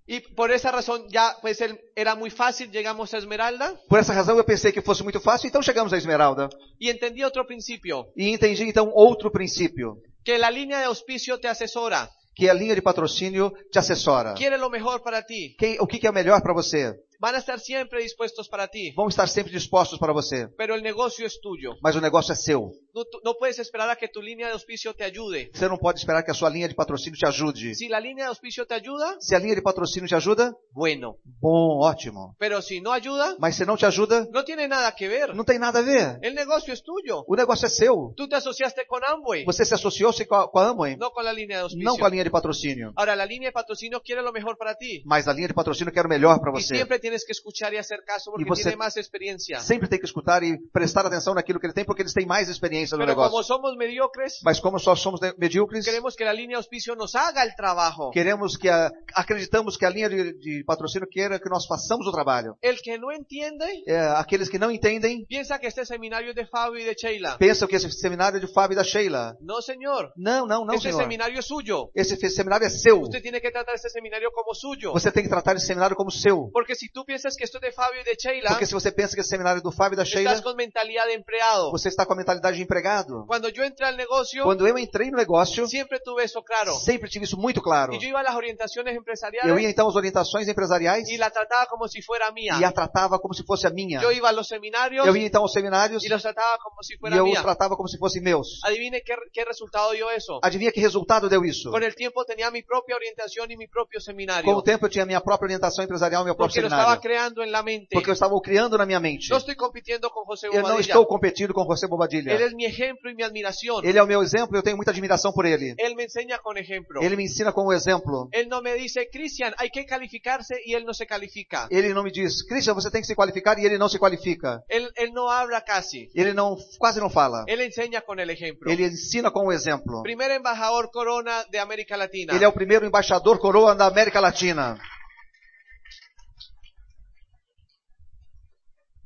Speaker 2: Y por esa razón ya pues él- era muy fácil, llegamos a Esmeralda
Speaker 3: Por essa razão eu pensei que fosse muito fácil, então chegamos à esmeralda.
Speaker 2: y entendí otro principio,
Speaker 3: E entendi então outro princípio,
Speaker 2: que la línea de auspicio te asesora,
Speaker 3: que é a linha de patrocínio te assessora.
Speaker 2: quiere lo mejor para ti,
Speaker 3: Quem- o que que é o melhor para você?
Speaker 2: van a estar siempre dispuestos para ti,
Speaker 3: Vão estar sempre dispostos para você,
Speaker 2: pero el negocio es tuyo.
Speaker 3: mas o negócio é seu.
Speaker 2: No, tú- no puedes esperar a que tu línea de auspicio te ayude.
Speaker 3: Você não pode esperar que a sua linha de patrocínio te ajude.
Speaker 2: Si la línea de auspicio te ayuda,
Speaker 3: Se a linha de patrocínio te ajuda,
Speaker 2: bueno,
Speaker 3: bom, ótimo.
Speaker 2: pero si no ayuda,
Speaker 3: Mas se não te ajuda,
Speaker 2: no tiene nada que ver.
Speaker 3: não tem nada a ver.
Speaker 2: El negocio es tuyo.
Speaker 3: O negócio é seu.
Speaker 2: Tú te asociaste con Amway,
Speaker 3: Você se associou-se com a, com a Amway,
Speaker 2: Pues no con la línea de
Speaker 3: não com a
Speaker 2: auspicio.
Speaker 3: linha de patrocínio.
Speaker 2: Ahora, la línea de patrocinio quiere lo mejor para ti.
Speaker 3: Mas a linha de patrocínio quer o melhor para
Speaker 2: Y
Speaker 3: você.
Speaker 2: siempre tienes que escuchar pues y pues hacer caso porque
Speaker 3: você-
Speaker 2: tiene más experiencia.
Speaker 3: Sempre tem que escutar e prestar atenção naquilo que ele tem, porque eles têm mais experiência no
Speaker 2: Pero como
Speaker 3: negócio.
Speaker 2: somos mediocres,
Speaker 3: Mas como só somos ne- medíocres,
Speaker 2: queremos que la línea de auspicio nos haga el trabajo.
Speaker 3: queremos que a, acreditamos que a linha de, de patrocínio queira que nós façamos o trabalho.
Speaker 2: El que no entiende
Speaker 3: É, aqueles que não entendem
Speaker 2: piensa que este seminario es de Fabio y de Sheila.
Speaker 3: pensam que esse seminário é de Fábio e da Sheila.
Speaker 2: No, señor.
Speaker 3: Não, não, não,
Speaker 2: este
Speaker 3: senhor.
Speaker 2: seminario es suyo.
Speaker 3: Esse fe- seminário é seu.
Speaker 2: Usted tiene que tratar este seminario como suyo.
Speaker 3: Você tem que tratar esse seminário como seu.
Speaker 2: Porque si tú piensas que esto es de Fabio y de Sheila,
Speaker 3: Porque se você pensa que esse seminário é do Fábio e da Sheila,
Speaker 2: estás con mentalidad de empleado.
Speaker 3: você está com a mentalidade de empregado.
Speaker 2: Cuando yo entré al negocio,
Speaker 3: Quando eu entrei no negócio,
Speaker 2: siempre tuve eso claro.
Speaker 3: sempre tive isso muito claro.
Speaker 2: Y yo iba a las orientaciones
Speaker 3: Eu ia
Speaker 2: empresariales
Speaker 3: então às orientações empresariais
Speaker 2: y la trataba como si fuera mía.
Speaker 3: e a tratava como se fosse a minha.
Speaker 2: Yo iba a los seminarios
Speaker 3: Eu ia então aos seminários
Speaker 2: y
Speaker 3: e
Speaker 2: los trataba como si fuera
Speaker 3: eu os
Speaker 2: mía.
Speaker 3: tratava como se fossem meus.
Speaker 2: Adivine qué, qué resultado dio eso.
Speaker 3: Adivinha que resultado deu isso?
Speaker 2: Con el tiempo tenía mi propia orientación y mi propio
Speaker 3: Com o
Speaker 2: seminario.
Speaker 3: tempo eu tinha minha própria orientação empresarial, meu próprio
Speaker 2: Porque lo
Speaker 3: seminário.
Speaker 2: estaba estaba
Speaker 3: memória.
Speaker 2: creando en la mente.
Speaker 3: Porque eu estava o criando na minha mente.
Speaker 2: No estoy compitiendo con José
Speaker 3: Eu não
Speaker 2: Bobadilla.
Speaker 3: estou competindo com José Bobadilha.
Speaker 2: Él es mi ejemplo y mi admiración.
Speaker 3: Ele é o meu exemplo, eu tenho muita admiração por ele. é
Speaker 2: Él me enseña con ejemplo.
Speaker 3: Ele me ensina com o exemplo.
Speaker 2: Él no me dice, Cristian, hay que calificarse y él no se califica.
Speaker 3: Ele não me diz, Christian, você tem que se qualificar e ele não se qualifica.
Speaker 2: Él, él no habla casi.
Speaker 3: Ele não, quase não fala.
Speaker 2: Él enseña con el ejemplo.
Speaker 3: Ele ensina com é o exemplo.
Speaker 2: Primer embajador corona de América Latina.
Speaker 3: Ele é o primeiro embaixador coroa da América Latina.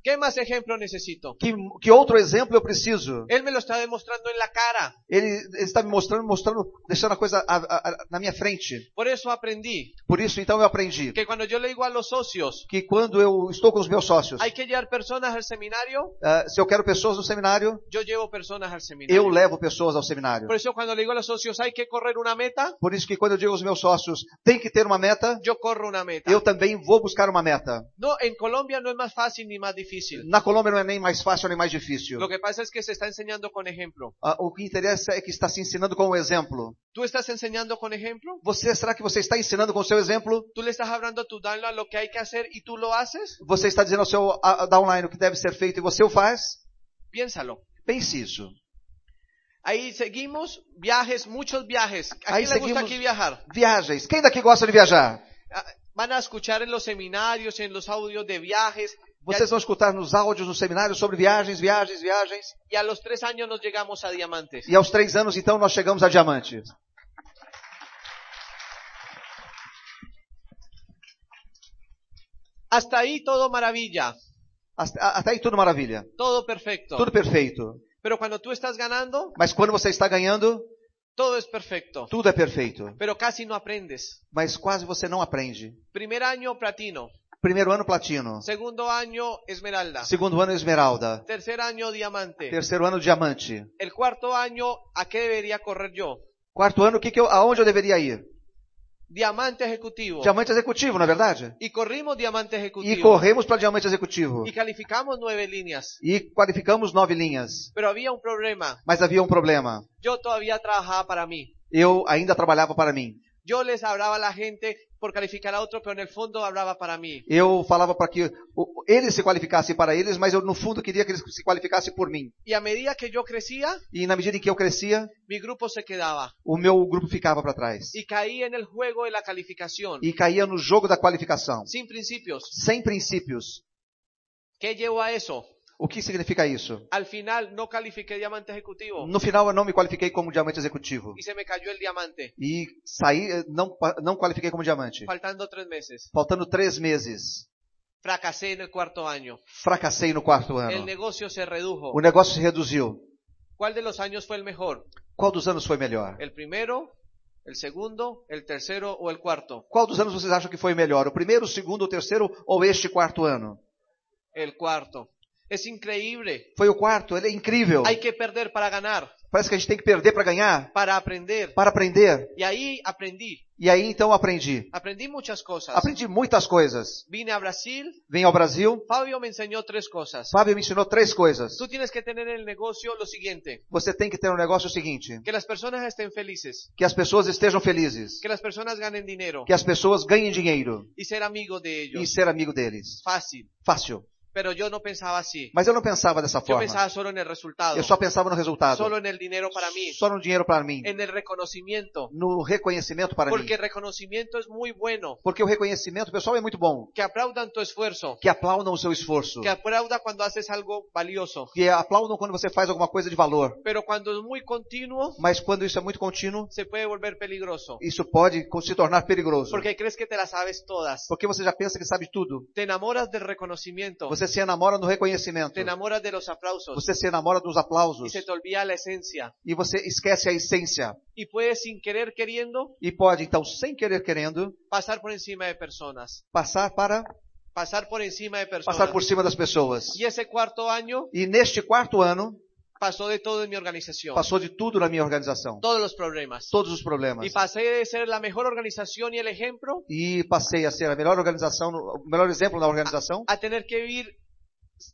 Speaker 2: ¿Qué más ejemplo necesito?
Speaker 3: Que, que outro exemplo eu preciso?
Speaker 2: Él me lo está demostrando en la cara.
Speaker 3: Ele, ele está me mostrando, mostrando, deixando a coisa a- a- a- na minha frente.
Speaker 2: Por eso aprendí
Speaker 3: Por isso, então, eu aprendi
Speaker 2: que cuando yo le digo a los socios,
Speaker 3: que quando eu estou com os meus sócios,
Speaker 2: hay que llevar personas al seminario,
Speaker 3: ah, se eu quero pessoas no seminário,
Speaker 2: yo llevo personas al
Speaker 3: eu
Speaker 2: seminario.
Speaker 3: levo pessoas ao seminário.
Speaker 2: Por eso cuando le digo a los socios, hay que correr una meta,
Speaker 3: Por isso que quando eu digo aos meus sócios, tem que ter uma meta,
Speaker 2: yo corro una meta.
Speaker 3: eu também vou buscar uma meta.
Speaker 2: No, en Colombia no es más fácil ni más difícil.
Speaker 3: Na Colômbia não é nem mais fácil nem mais difícil.
Speaker 2: Lo que pasa es que se está enseñando con ejemplo.
Speaker 3: Ah, o que interessa é que está se ensinando com o exemplo.
Speaker 2: ¿Tú estás enseñando con ejemplo?
Speaker 3: Você, será que você está ensinando com o seu exemplo?
Speaker 2: ¿Tú le estás hablando a tu download lo que hay que hacer y tú lo haces?
Speaker 3: Você está dizendo ao seu a- a- downline o que deve ser feito e você o faz?
Speaker 2: Piénsalo.
Speaker 3: Pense isso.
Speaker 2: Ahí seguimos viajes, muchos viajes. ¿A
Speaker 3: Ahí
Speaker 2: quién le gusta
Speaker 3: seguimos.
Speaker 2: aquí viajar?
Speaker 3: Viagens. Quem daqui gosta de viajar?
Speaker 2: Ah, Van a escuchar en los seminarios, en los audios de viajes. Y a,
Speaker 3: Vocês vão escutar nos áudios, nos seminários sobre viagens, viagens, viagens.
Speaker 2: y a los tres años nos llegamos a diamantes.
Speaker 3: E aos três anos, então, nós chegamos a diamante.
Speaker 2: Hasta ahí todo maravilla,
Speaker 3: Até até aí tudo maravilha.
Speaker 2: todo perfecto.
Speaker 3: Tudo perfeito.
Speaker 2: Pero cuando tú estás ganando,
Speaker 3: Mas quando você está ganhando,
Speaker 2: todo es perfecto.
Speaker 3: tudo é perfeito.
Speaker 2: Pero casi no aprendes.
Speaker 3: Mas quase você não aprende.
Speaker 2: Primer año platino,
Speaker 3: Primeiro ano, platino.
Speaker 2: segundo año esmeralda,
Speaker 3: Segundo ano, esmeralda.
Speaker 2: tercer año diamante,
Speaker 3: Terceiro ano, diamante.
Speaker 2: el cuarto año a qué debería correr yo?
Speaker 3: Quarto ano, o que que eu, aonde eu deveria ir?
Speaker 2: Diamante ejecutivo.
Speaker 3: Diamante executivo, não é verdade?
Speaker 2: Y corrimos diamante
Speaker 3: E
Speaker 2: ejecutivo.
Speaker 3: corremos para diamante executivo.
Speaker 2: Y calificamos nueve líneas.
Speaker 3: E qualificamos nove linhas.
Speaker 2: Pero había un problema.
Speaker 3: Mas havia um problema.
Speaker 2: Yo todavía trabajaba para mí.
Speaker 3: Eu ainda trabalhava para mim.
Speaker 2: Yo les hablaba a la gente por calificar a otro, pero en el fondo hablaba para mí.
Speaker 3: Eu falava para que o- eles se qualificassem para eles, mas eu no fundo queria que eles se qualificassem por mim.
Speaker 2: Y a medida que yo crecía,
Speaker 3: E na medida em que eu crescia,
Speaker 2: mi grupo se quedaba.
Speaker 3: o meu grupo ficava para trás.
Speaker 2: Y caí en el juego de la calificación.
Speaker 3: E caía no jogo da qualificação.
Speaker 2: Sin principios.
Speaker 3: Sem princípios.
Speaker 2: ¿Qué llevó a eso?
Speaker 3: O que significa isso?
Speaker 2: Al final no califiqué diamante ejecutivo.
Speaker 3: No final eu não me qualifiquei como diamante executivo.
Speaker 2: Y se me cayó el diamante.
Speaker 3: E saí, eh, não, pa- não qualifiquei como diamante.
Speaker 2: Faltando tres meses.
Speaker 3: Faltando três meses.
Speaker 2: Fracasé en el cuarto año.
Speaker 3: Fracassei no quarto
Speaker 2: El
Speaker 3: ano.
Speaker 2: negocio se
Speaker 3: O
Speaker 2: redujo.
Speaker 3: negócio se reduziu.
Speaker 2: ¿Cuál de los años fue el mejor?
Speaker 3: Qual dos anos foi melhor?
Speaker 2: ¿El primero, el segundo, el tercero o el cuarto?
Speaker 3: Qual dos anos vocês acham que foi melhor? O primeiro, o segundo, o terceiro ou este quarto ano?
Speaker 2: El cuarto. Es increíble.
Speaker 3: Foi o quarto, ele é incrível.
Speaker 2: Hay que perder para ganar,
Speaker 3: Parece que a gente tem que perder para ganhar,
Speaker 2: para aprender.
Speaker 3: para aprender.
Speaker 2: Y ahí aprendí.
Speaker 3: E aí então eu aprendi.
Speaker 2: Aprendí muchas cosas.
Speaker 3: Aprendi muitas coisas.
Speaker 2: Vine a Brasil.
Speaker 3: Vim ao Brasil,
Speaker 2: Fabio me enseñó tres cosas.
Speaker 3: Fábio me ensinou três coisas.
Speaker 2: Tú tienes que tener en el negocio lo siguiente.
Speaker 3: Você tem que ter um negócio seguinte:
Speaker 2: Que las personas estén felices.
Speaker 3: que as pessoas estejam felizes,
Speaker 2: Que las personas ganen dinero.
Speaker 3: que as pessoas ganhem dinheiro
Speaker 2: Y ser amigo de
Speaker 3: e
Speaker 2: ellos.
Speaker 3: ser amigo deles.
Speaker 2: Fácil.
Speaker 3: Fácil.
Speaker 2: Pero yo no pensaba así.
Speaker 3: Mas eu não pensava dessa
Speaker 2: Yo
Speaker 3: forma.
Speaker 2: pensaba solo en el resultado.
Speaker 3: Eu só pensava no resultado.
Speaker 2: Solo en el dinero para mí.
Speaker 3: Só no dinheiro para mim,
Speaker 2: En el reconocimiento.
Speaker 3: no reconhecimento para mim.
Speaker 2: Porque el reconocimiento es muy bueno.
Speaker 3: Porque o reconhecimento, pessoal, é muito bom.
Speaker 2: Que aplaudan tu esfuerzo.
Speaker 3: Que aplaudam o seu esforço.
Speaker 2: Que aplauda cuando haces algo valioso.
Speaker 3: Que aplaudam quando você faz alguma coisa de valor.
Speaker 2: Pero cuando es muy continuo,
Speaker 3: Mas quando isso é muito contínuo,
Speaker 2: se puede volver peligroso.
Speaker 3: isso pode co- se tornar perigoso.
Speaker 2: Porque crees que te las sabes todas.
Speaker 3: Porque você já pensa que sabe tudo.
Speaker 2: Te enamoras del reconocimiento.
Speaker 3: Você se enamora é no reconhecimento.
Speaker 2: Te enamoras de los aplausos.
Speaker 3: Você se enamora dos
Speaker 2: Y
Speaker 3: aplausos.
Speaker 2: se te olvida la esencia.
Speaker 3: E você esquece a essência.
Speaker 2: Y puedes sin querer queriendo
Speaker 3: E pode, então, sem querer querendo,
Speaker 2: pasar por encima de personas.
Speaker 3: passar para
Speaker 2: Pasar por encima de
Speaker 3: passar por
Speaker 2: personas.
Speaker 3: cima das pessoas.
Speaker 2: Y ese cuarto año
Speaker 3: E neste quarto ano,
Speaker 2: pasó de todo en mi organización.
Speaker 3: passou de tudo na minha organização.
Speaker 2: Todos los problemas.
Speaker 3: Todos os
Speaker 2: Y
Speaker 3: problemas.
Speaker 2: pasé de ser la mejor organización y el ejemplo
Speaker 3: E passei a ser a melhor organização, o melhor exemplo na organização,
Speaker 2: a tener que vivir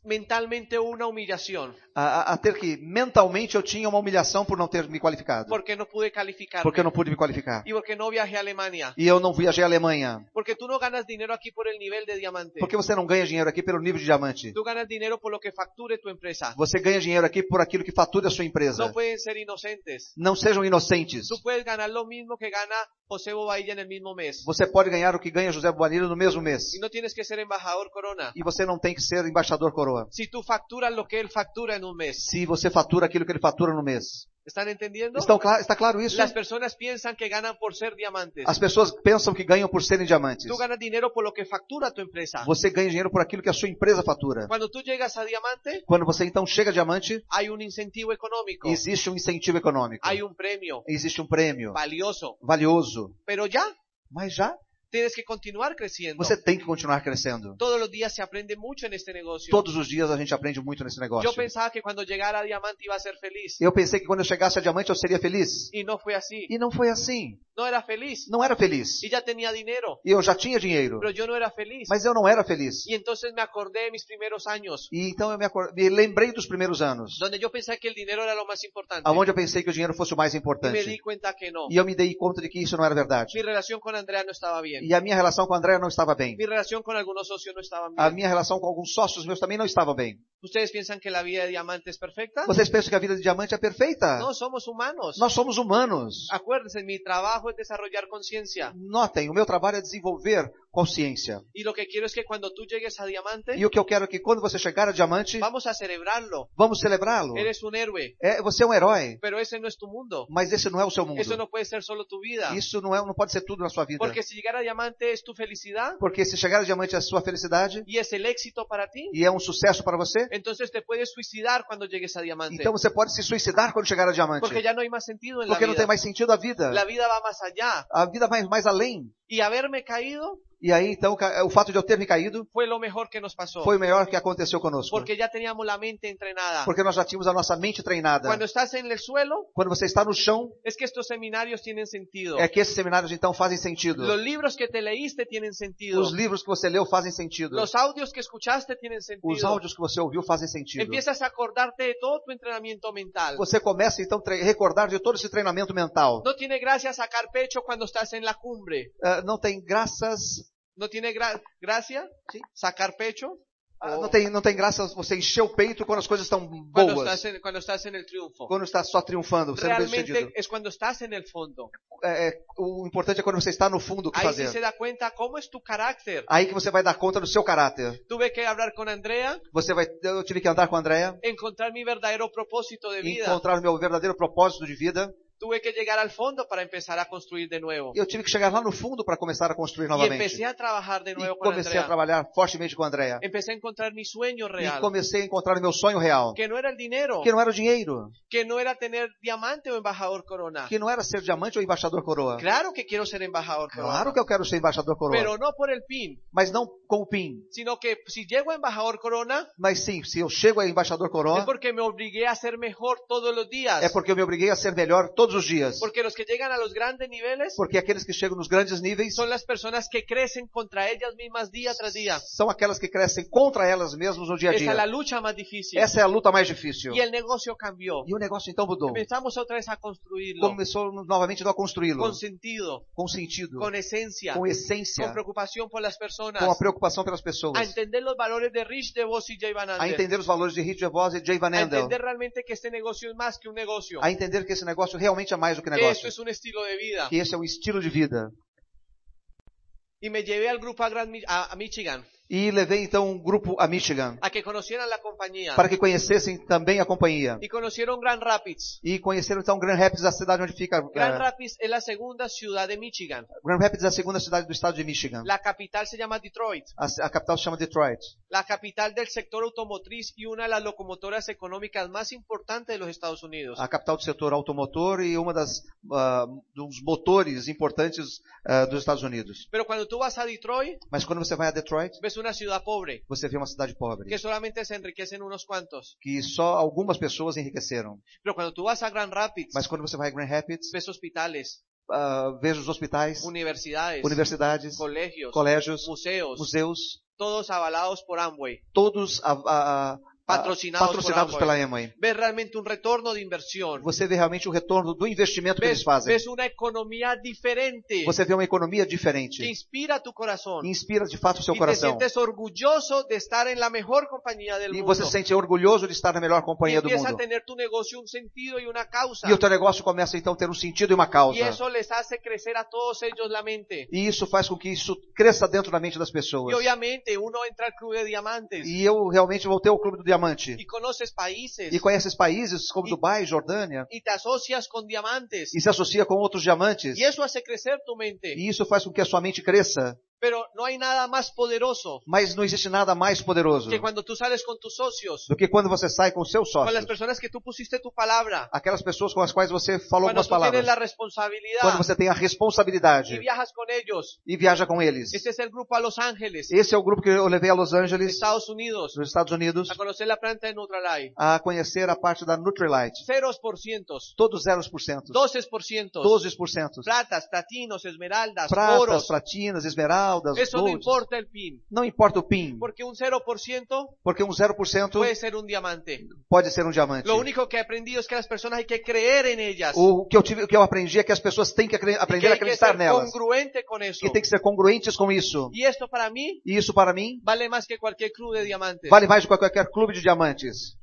Speaker 2: mentalmente una humillación
Speaker 3: a, a- a ter que mentalmente eu tinha uma humilhação por não ter me qualificado,
Speaker 2: porque no pude calificar
Speaker 3: porque eu não pude me qualificar.
Speaker 2: y porque no viajé a Alemania.
Speaker 3: E eu não viajei à Alemanha,
Speaker 2: Porque tú no ganas dinero aquí por el nivel de diamante.
Speaker 3: porque você não ganha dinheiro aqui pelo nível de diamante.
Speaker 2: Tú ganas dinero por lo que facture tu empresa.
Speaker 3: Você ganha dinheiro aqui por aquilo que fatura a sua
Speaker 2: No
Speaker 3: empresa.
Speaker 2: pueden ser inocentes.
Speaker 3: Não sejam inocentes.
Speaker 2: Tú puedes ganar lo mismo que gana José Bobadilla en el mismo mes.
Speaker 3: Você pode ganhar o que ganha José Bonilho no mesmo mês.
Speaker 2: Y no tienes que ser embajador corona.
Speaker 3: E você não tem que ser embaixador coroa.
Speaker 2: Si tú facturas lo que él factura en un mes.
Speaker 3: Se você fatura aquilo que ele fatura no mês.
Speaker 2: ¿Están entendiendo?
Speaker 3: Estão cla- está claro isso?
Speaker 2: Las personas piensan que ganan por ser diamantes.
Speaker 3: As pessoas pensam que ganham por serem diamantes.
Speaker 2: Tú ganas dinero por lo que factura tu empresa.
Speaker 3: Você ganha dinheiro por aquilo que a sua empresa fatura.
Speaker 2: Cuando tú llegas a diamante,
Speaker 3: Quando você então chega a diamante,
Speaker 2: hay un incentivo económico.
Speaker 3: existe um incentivo econômico.
Speaker 2: Hay un premio
Speaker 3: Existe um prêmio
Speaker 2: valioso.
Speaker 3: valioso.
Speaker 2: Pero ya
Speaker 3: Mas já
Speaker 2: tienes que continuar creciendo.
Speaker 3: você tem que continuar crescendo.
Speaker 2: Todos los días se aprende mucho en este negocio.
Speaker 3: Todos os dias a gente aprende muito nesse negócio.
Speaker 2: Yo pensaba que cuando llegara a diamante iba a ser feliz.
Speaker 3: Eu pensei que quando eu chegasse a diamante eu seria feliz.
Speaker 2: Y no fue así.
Speaker 3: E não foi assim.
Speaker 2: No era feliz.
Speaker 3: Não era feliz.
Speaker 2: Y ya tenía dinero.
Speaker 3: E eu já tinha dinheiro.
Speaker 2: Pero yo no era feliz.
Speaker 3: Mas eu não era feliz.
Speaker 2: Y entonces me acordé de mis primeros años.
Speaker 3: E então eu me, acor- me lembrei dos primeiros anos,
Speaker 2: Donde yo pensaba que el dinero era lo más importante.
Speaker 3: aonde eu pensei que o dinheiro fosse o mais
Speaker 2: Y me di
Speaker 3: importante.
Speaker 2: cuenta que no.
Speaker 3: E eu me dei conta de que isso não era verdade.
Speaker 2: Mi relación con Andrea no estaba bien.
Speaker 3: E a minha relação com a Andréa não estava bem.
Speaker 2: Mi relación con algunos socios no estaba
Speaker 3: A
Speaker 2: bien.
Speaker 3: minha relação com alguns sócios meus também não estava bem.
Speaker 2: ¿Ustedes piensan que la vida de diamante es perfecta?
Speaker 3: Vocês pensam que a vida de diamante é perfeita?
Speaker 2: No, somos humanos.
Speaker 3: Nós somos humanos.
Speaker 2: Acuérdense, mi trabajo es desarrollar conciencia.
Speaker 3: Notem, o meu trabalho é desenvolver consciência.
Speaker 2: Y lo que quiero es que cuando tú llegues a diamante,
Speaker 3: E o que eu quero é que quando você chegar a diamante,
Speaker 2: vamos a celebrarlo.
Speaker 3: vamos celebrá-lo.
Speaker 2: Eres un héroe,
Speaker 3: É, você é um herói,
Speaker 2: pero esse no es tu mundo.
Speaker 3: mas esse não é o seu mundo.
Speaker 2: Eso no puede ser solo tu vida.
Speaker 3: Isso não, é, não pode ser tudo na sua vida.
Speaker 2: Porque si llegar a diamante es tu felicidad
Speaker 3: Porque se chegar a diamante é a sua felicidade
Speaker 2: y es el éxito para ti,
Speaker 3: e é um sucesso para você,
Speaker 2: entonces te puedes suicidar cuando llegues a diamante.
Speaker 3: Então você pode se suicidar quando chegar a diamante.
Speaker 2: Porque ya no hay más sentido en la
Speaker 3: Porque não tem
Speaker 2: vida.
Speaker 3: mais sentido a vida.
Speaker 2: La vida va más allá.
Speaker 3: A vida vai mais além.
Speaker 2: Y haberme caído
Speaker 3: E aí, então, ca- o fato de eu ter me caído
Speaker 2: fue lo mejor que nos pasó.
Speaker 3: foi o melhor que aconteceu conosco.
Speaker 2: Porque ya teníamos la mente entrenada.
Speaker 3: Porque nós já tínhamos a nossa mente treinada.
Speaker 2: Cuando estás en el suelo,
Speaker 3: Quando você está no chão,
Speaker 2: es que estos seminarios tienen sentido.
Speaker 3: é que esses seminários então fazem sentido.
Speaker 2: Los libros que te leíste tienen sentido.
Speaker 3: Os livros que você leu fazem sentido.
Speaker 2: Los audios que escuchaste tienen
Speaker 3: Os
Speaker 2: sentido.
Speaker 3: áudios que você ouviu fazem sentido.
Speaker 2: Empiezas a acordarte de todo tu entrenamiento mental.
Speaker 3: Você começa então a tre- recordar de todo esse treinamento mental.
Speaker 2: No tiene gracia sacar pecho cuando estás en la cumbre.
Speaker 3: Ah, não tem graças,
Speaker 2: No tiene gra- gracia sacar pecho
Speaker 3: ah,
Speaker 2: Oh.
Speaker 3: não tem não tem graças você encher o peito quando assim, as coisas estão
Speaker 2: cuando
Speaker 3: boas.
Speaker 2: estás en, cuando estás en el triunfo.
Speaker 3: Quando está só triunfando, sendo bem-sucedido.
Speaker 2: Realmente es cuando estás en el fondo.
Speaker 3: é, é, o importante é quando você está no fundo o que
Speaker 2: Ahí sí se
Speaker 3: fazer.
Speaker 2: da cuenta cómo es tu carácter.
Speaker 3: Aí que você vai dar conta do seu caráter.
Speaker 2: Tuve que hablar con Andrea,
Speaker 3: Você vai, eu tive que andar com a Andrea,
Speaker 2: encontrar mi verdadero propósito de vida.
Speaker 3: encontrar o meu verdadeiro propósito de vida.
Speaker 2: Tuve que llegar al fondo para empezar a construir de nuevo.
Speaker 3: Eu tive que chegar lá no fundo para começar a construir
Speaker 2: Y empecé
Speaker 3: novamente.
Speaker 2: a trabajar de
Speaker 3: E
Speaker 2: nuevo con
Speaker 3: comecei a
Speaker 2: Andrea.
Speaker 3: trabalhar fortemente com a Andrea.
Speaker 2: Empecé a encontrar mi sueño
Speaker 3: E
Speaker 2: real.
Speaker 3: comecei a encontrar o meu sonho real,
Speaker 2: Que no era el dinero,
Speaker 3: que não era o dinheiro,
Speaker 2: que no era tener diamante o embajador corona.
Speaker 3: que não era ser diamante ou embaixador coroa.
Speaker 2: Claro que quiero ser embajador corona.
Speaker 3: Claro que eu quero ser embaixador coroa,
Speaker 2: Pero no por el pin,
Speaker 3: mas não com o PIN.
Speaker 2: sino que si llego a embajador corona,
Speaker 3: Mas sim, se eu chego a embaixador
Speaker 2: es
Speaker 3: coroa,
Speaker 2: porque me obligué a ser mejor todos los días.
Speaker 3: é porque eu me obriguei a ser melhor todos os dias.
Speaker 2: Porque los que llegan a los grandes niveles
Speaker 3: Porque aqueles que chegam nos grandes níveis
Speaker 2: son las personas que crecen contra ellas mismas día tras día.
Speaker 3: são aquelas que crescem contra elas mesmas no dia é a
Speaker 2: Esa es la
Speaker 3: dia.
Speaker 2: lucha más difícil.
Speaker 3: Essa é a luta mais difícil.
Speaker 2: Y el negocio cambiou.
Speaker 3: E o negócio então mudou.
Speaker 2: Empezamos otra vez a construirlo
Speaker 3: Começou novamente a construí-lo
Speaker 2: con sentido,
Speaker 3: com sentido,
Speaker 2: con esencia,
Speaker 3: com
Speaker 2: con
Speaker 3: essência,
Speaker 2: preocupación por las personas,
Speaker 3: com a preocupação pelas
Speaker 2: a
Speaker 3: pessoas,
Speaker 2: entender los valores de Rich DeVos y Jay Van
Speaker 3: a
Speaker 2: Ander,
Speaker 3: entender os valores de Rich DeVos e Jay Van
Speaker 2: a
Speaker 3: Andel,
Speaker 2: entender realmente que este negocio es más que un negocio,
Speaker 3: a entender que esse negócio realmente é mais do que
Speaker 2: que esto
Speaker 3: negócio,
Speaker 2: es un estilo de vida.
Speaker 3: que esse é um estilo de vida.
Speaker 2: Y me llevé al grupo a, Grand Mi- a- a Michigan
Speaker 3: E levei então um grupo a Michigan
Speaker 2: a que conocieran la compañía
Speaker 3: para que conhecessem também a companhia
Speaker 2: y conocieron Grand Rapids.
Speaker 3: e conheceram então Grand Rapids, a cidade onde fica.
Speaker 2: Grand
Speaker 3: eh,
Speaker 2: Rapids es la segunda ciudad de Michigan.
Speaker 3: Grand Rapids é a segunda cidade do estado de Michigan.
Speaker 2: La capital se llama Detroit,
Speaker 3: A, a capital se chama Detroit.
Speaker 2: la capital del sector automotriz y una de las locomotoras económicas más importantes de los Estados Unidos.
Speaker 3: a capital do setor automotor e uma das ah, dos motores importantes ah, dos Estados Unidos.
Speaker 2: Pero cuando tú vas a Detroit,
Speaker 3: Mas quando você vai a Detroit,
Speaker 2: ves una ciudad pobre,
Speaker 3: você vê uma cidade pobre
Speaker 2: que solamente se enriquecen unos cuantos.
Speaker 3: que só algumas pessoas enriqueceram.
Speaker 2: Pero cuando tú vas a Grand Rapids,
Speaker 3: Mas quando você vai a Grand Rapids,
Speaker 2: ves hospitales,
Speaker 3: ah, veja os hospitais,
Speaker 2: universidades,
Speaker 3: universidades,
Speaker 2: colegios,
Speaker 3: colégios,
Speaker 2: museos,
Speaker 3: museus,
Speaker 2: todos avalados por Amway.
Speaker 3: todos a- a- a-
Speaker 2: Patrocinados
Speaker 3: patrocinados
Speaker 2: por Amway.
Speaker 3: pela Amway.
Speaker 2: Ves realmente un retorno de inversión.
Speaker 3: Você vê realmente o retorno do investimento que eles
Speaker 2: Ves,
Speaker 3: fazem.
Speaker 2: ves una economía diferente
Speaker 3: Você vê uma economia
Speaker 2: que
Speaker 3: diferente.
Speaker 2: inspira tu corazón.
Speaker 3: Inspira de fato o seu
Speaker 2: Y te
Speaker 3: coração.
Speaker 2: sientes orgulloso de estar en la mejor compañía del
Speaker 3: E
Speaker 2: mundo.
Speaker 3: você se sente orgulhoso de estar na melhor
Speaker 2: Y
Speaker 3: companhia do
Speaker 2: empieza a
Speaker 3: mundo.
Speaker 2: tener tu negocio un sentido y una causa.
Speaker 3: E o teu negócio começa então a ter um sentido e uma causa.
Speaker 2: Y eso les hace crecer a todos ellos la mente.
Speaker 3: E isso faz com que isso cresça dentro da mente das
Speaker 2: Y
Speaker 3: pessoas.
Speaker 2: obviamente uno entra al club de diamantes
Speaker 3: E eu realmente voltei ao Clube do Diamante.
Speaker 2: y conoces países
Speaker 3: E conhece esses países como
Speaker 2: E-
Speaker 3: Dubai, Jordânia,
Speaker 2: y te asocias con diamantes.
Speaker 3: e se associa com outros diamantes.
Speaker 2: Y eso hace crecer tu mente.
Speaker 3: E isso faz com que a sua mente cresça.
Speaker 2: Pero no hay nada más poderoso
Speaker 3: Mas não existe nada mais poderoso
Speaker 2: que cuando tú sales con tus socios,
Speaker 3: do que quando você sai com seus
Speaker 2: con las
Speaker 3: sócios.
Speaker 2: personas que tú pusiste tu palabra,
Speaker 3: Aquelas pessoas com as quais você falou
Speaker 2: cuando
Speaker 3: algumas
Speaker 2: tú tienes
Speaker 3: palavras.
Speaker 2: la responsabilidad
Speaker 3: Quando você tem a
Speaker 2: y
Speaker 3: responsabilidade
Speaker 2: viajas con ellos.
Speaker 3: e viaja com eles.
Speaker 2: Este es el grupo a Los Ángeles,
Speaker 3: Esse é o grupo que eu levei a Los Angeles,
Speaker 2: Estados Unidos,
Speaker 3: nos Estados Unidos,
Speaker 2: a conocer la planta de Nutralife.
Speaker 3: a conhecer a parte da Nutrilite.
Speaker 2: Ceros por cientos,
Speaker 3: Todos 0%.
Speaker 2: doces por Pues, cientos,
Speaker 3: 12%.
Speaker 2: platas, platinos, esmeraldas,
Speaker 3: Pratas,
Speaker 2: oros.
Speaker 3: platinas, esmeraldas,
Speaker 2: Eso no
Speaker 3: golds.
Speaker 2: importa el PIN,
Speaker 3: Não importa o PIN,
Speaker 2: porque un 0%
Speaker 3: porque um 0%
Speaker 2: puede ser un diamante.
Speaker 3: pode ser um diamante.
Speaker 2: Lo único que he aprendido es que las personas hay que creer en ellas.
Speaker 3: O que eu tive, o que eu aprendi é que as pessoas têm que acre-
Speaker 2: y
Speaker 3: aprender
Speaker 2: que
Speaker 3: a
Speaker 2: hay que
Speaker 3: acreditar
Speaker 2: ser
Speaker 3: nelas,
Speaker 2: congruente con eso.
Speaker 3: que têm que ser congruentes com isso.
Speaker 2: Y esto para mí
Speaker 3: E isso para mim
Speaker 2: vale más que cualquier club de diamantes.
Speaker 3: vale mais do que qualquer clube de diamantes.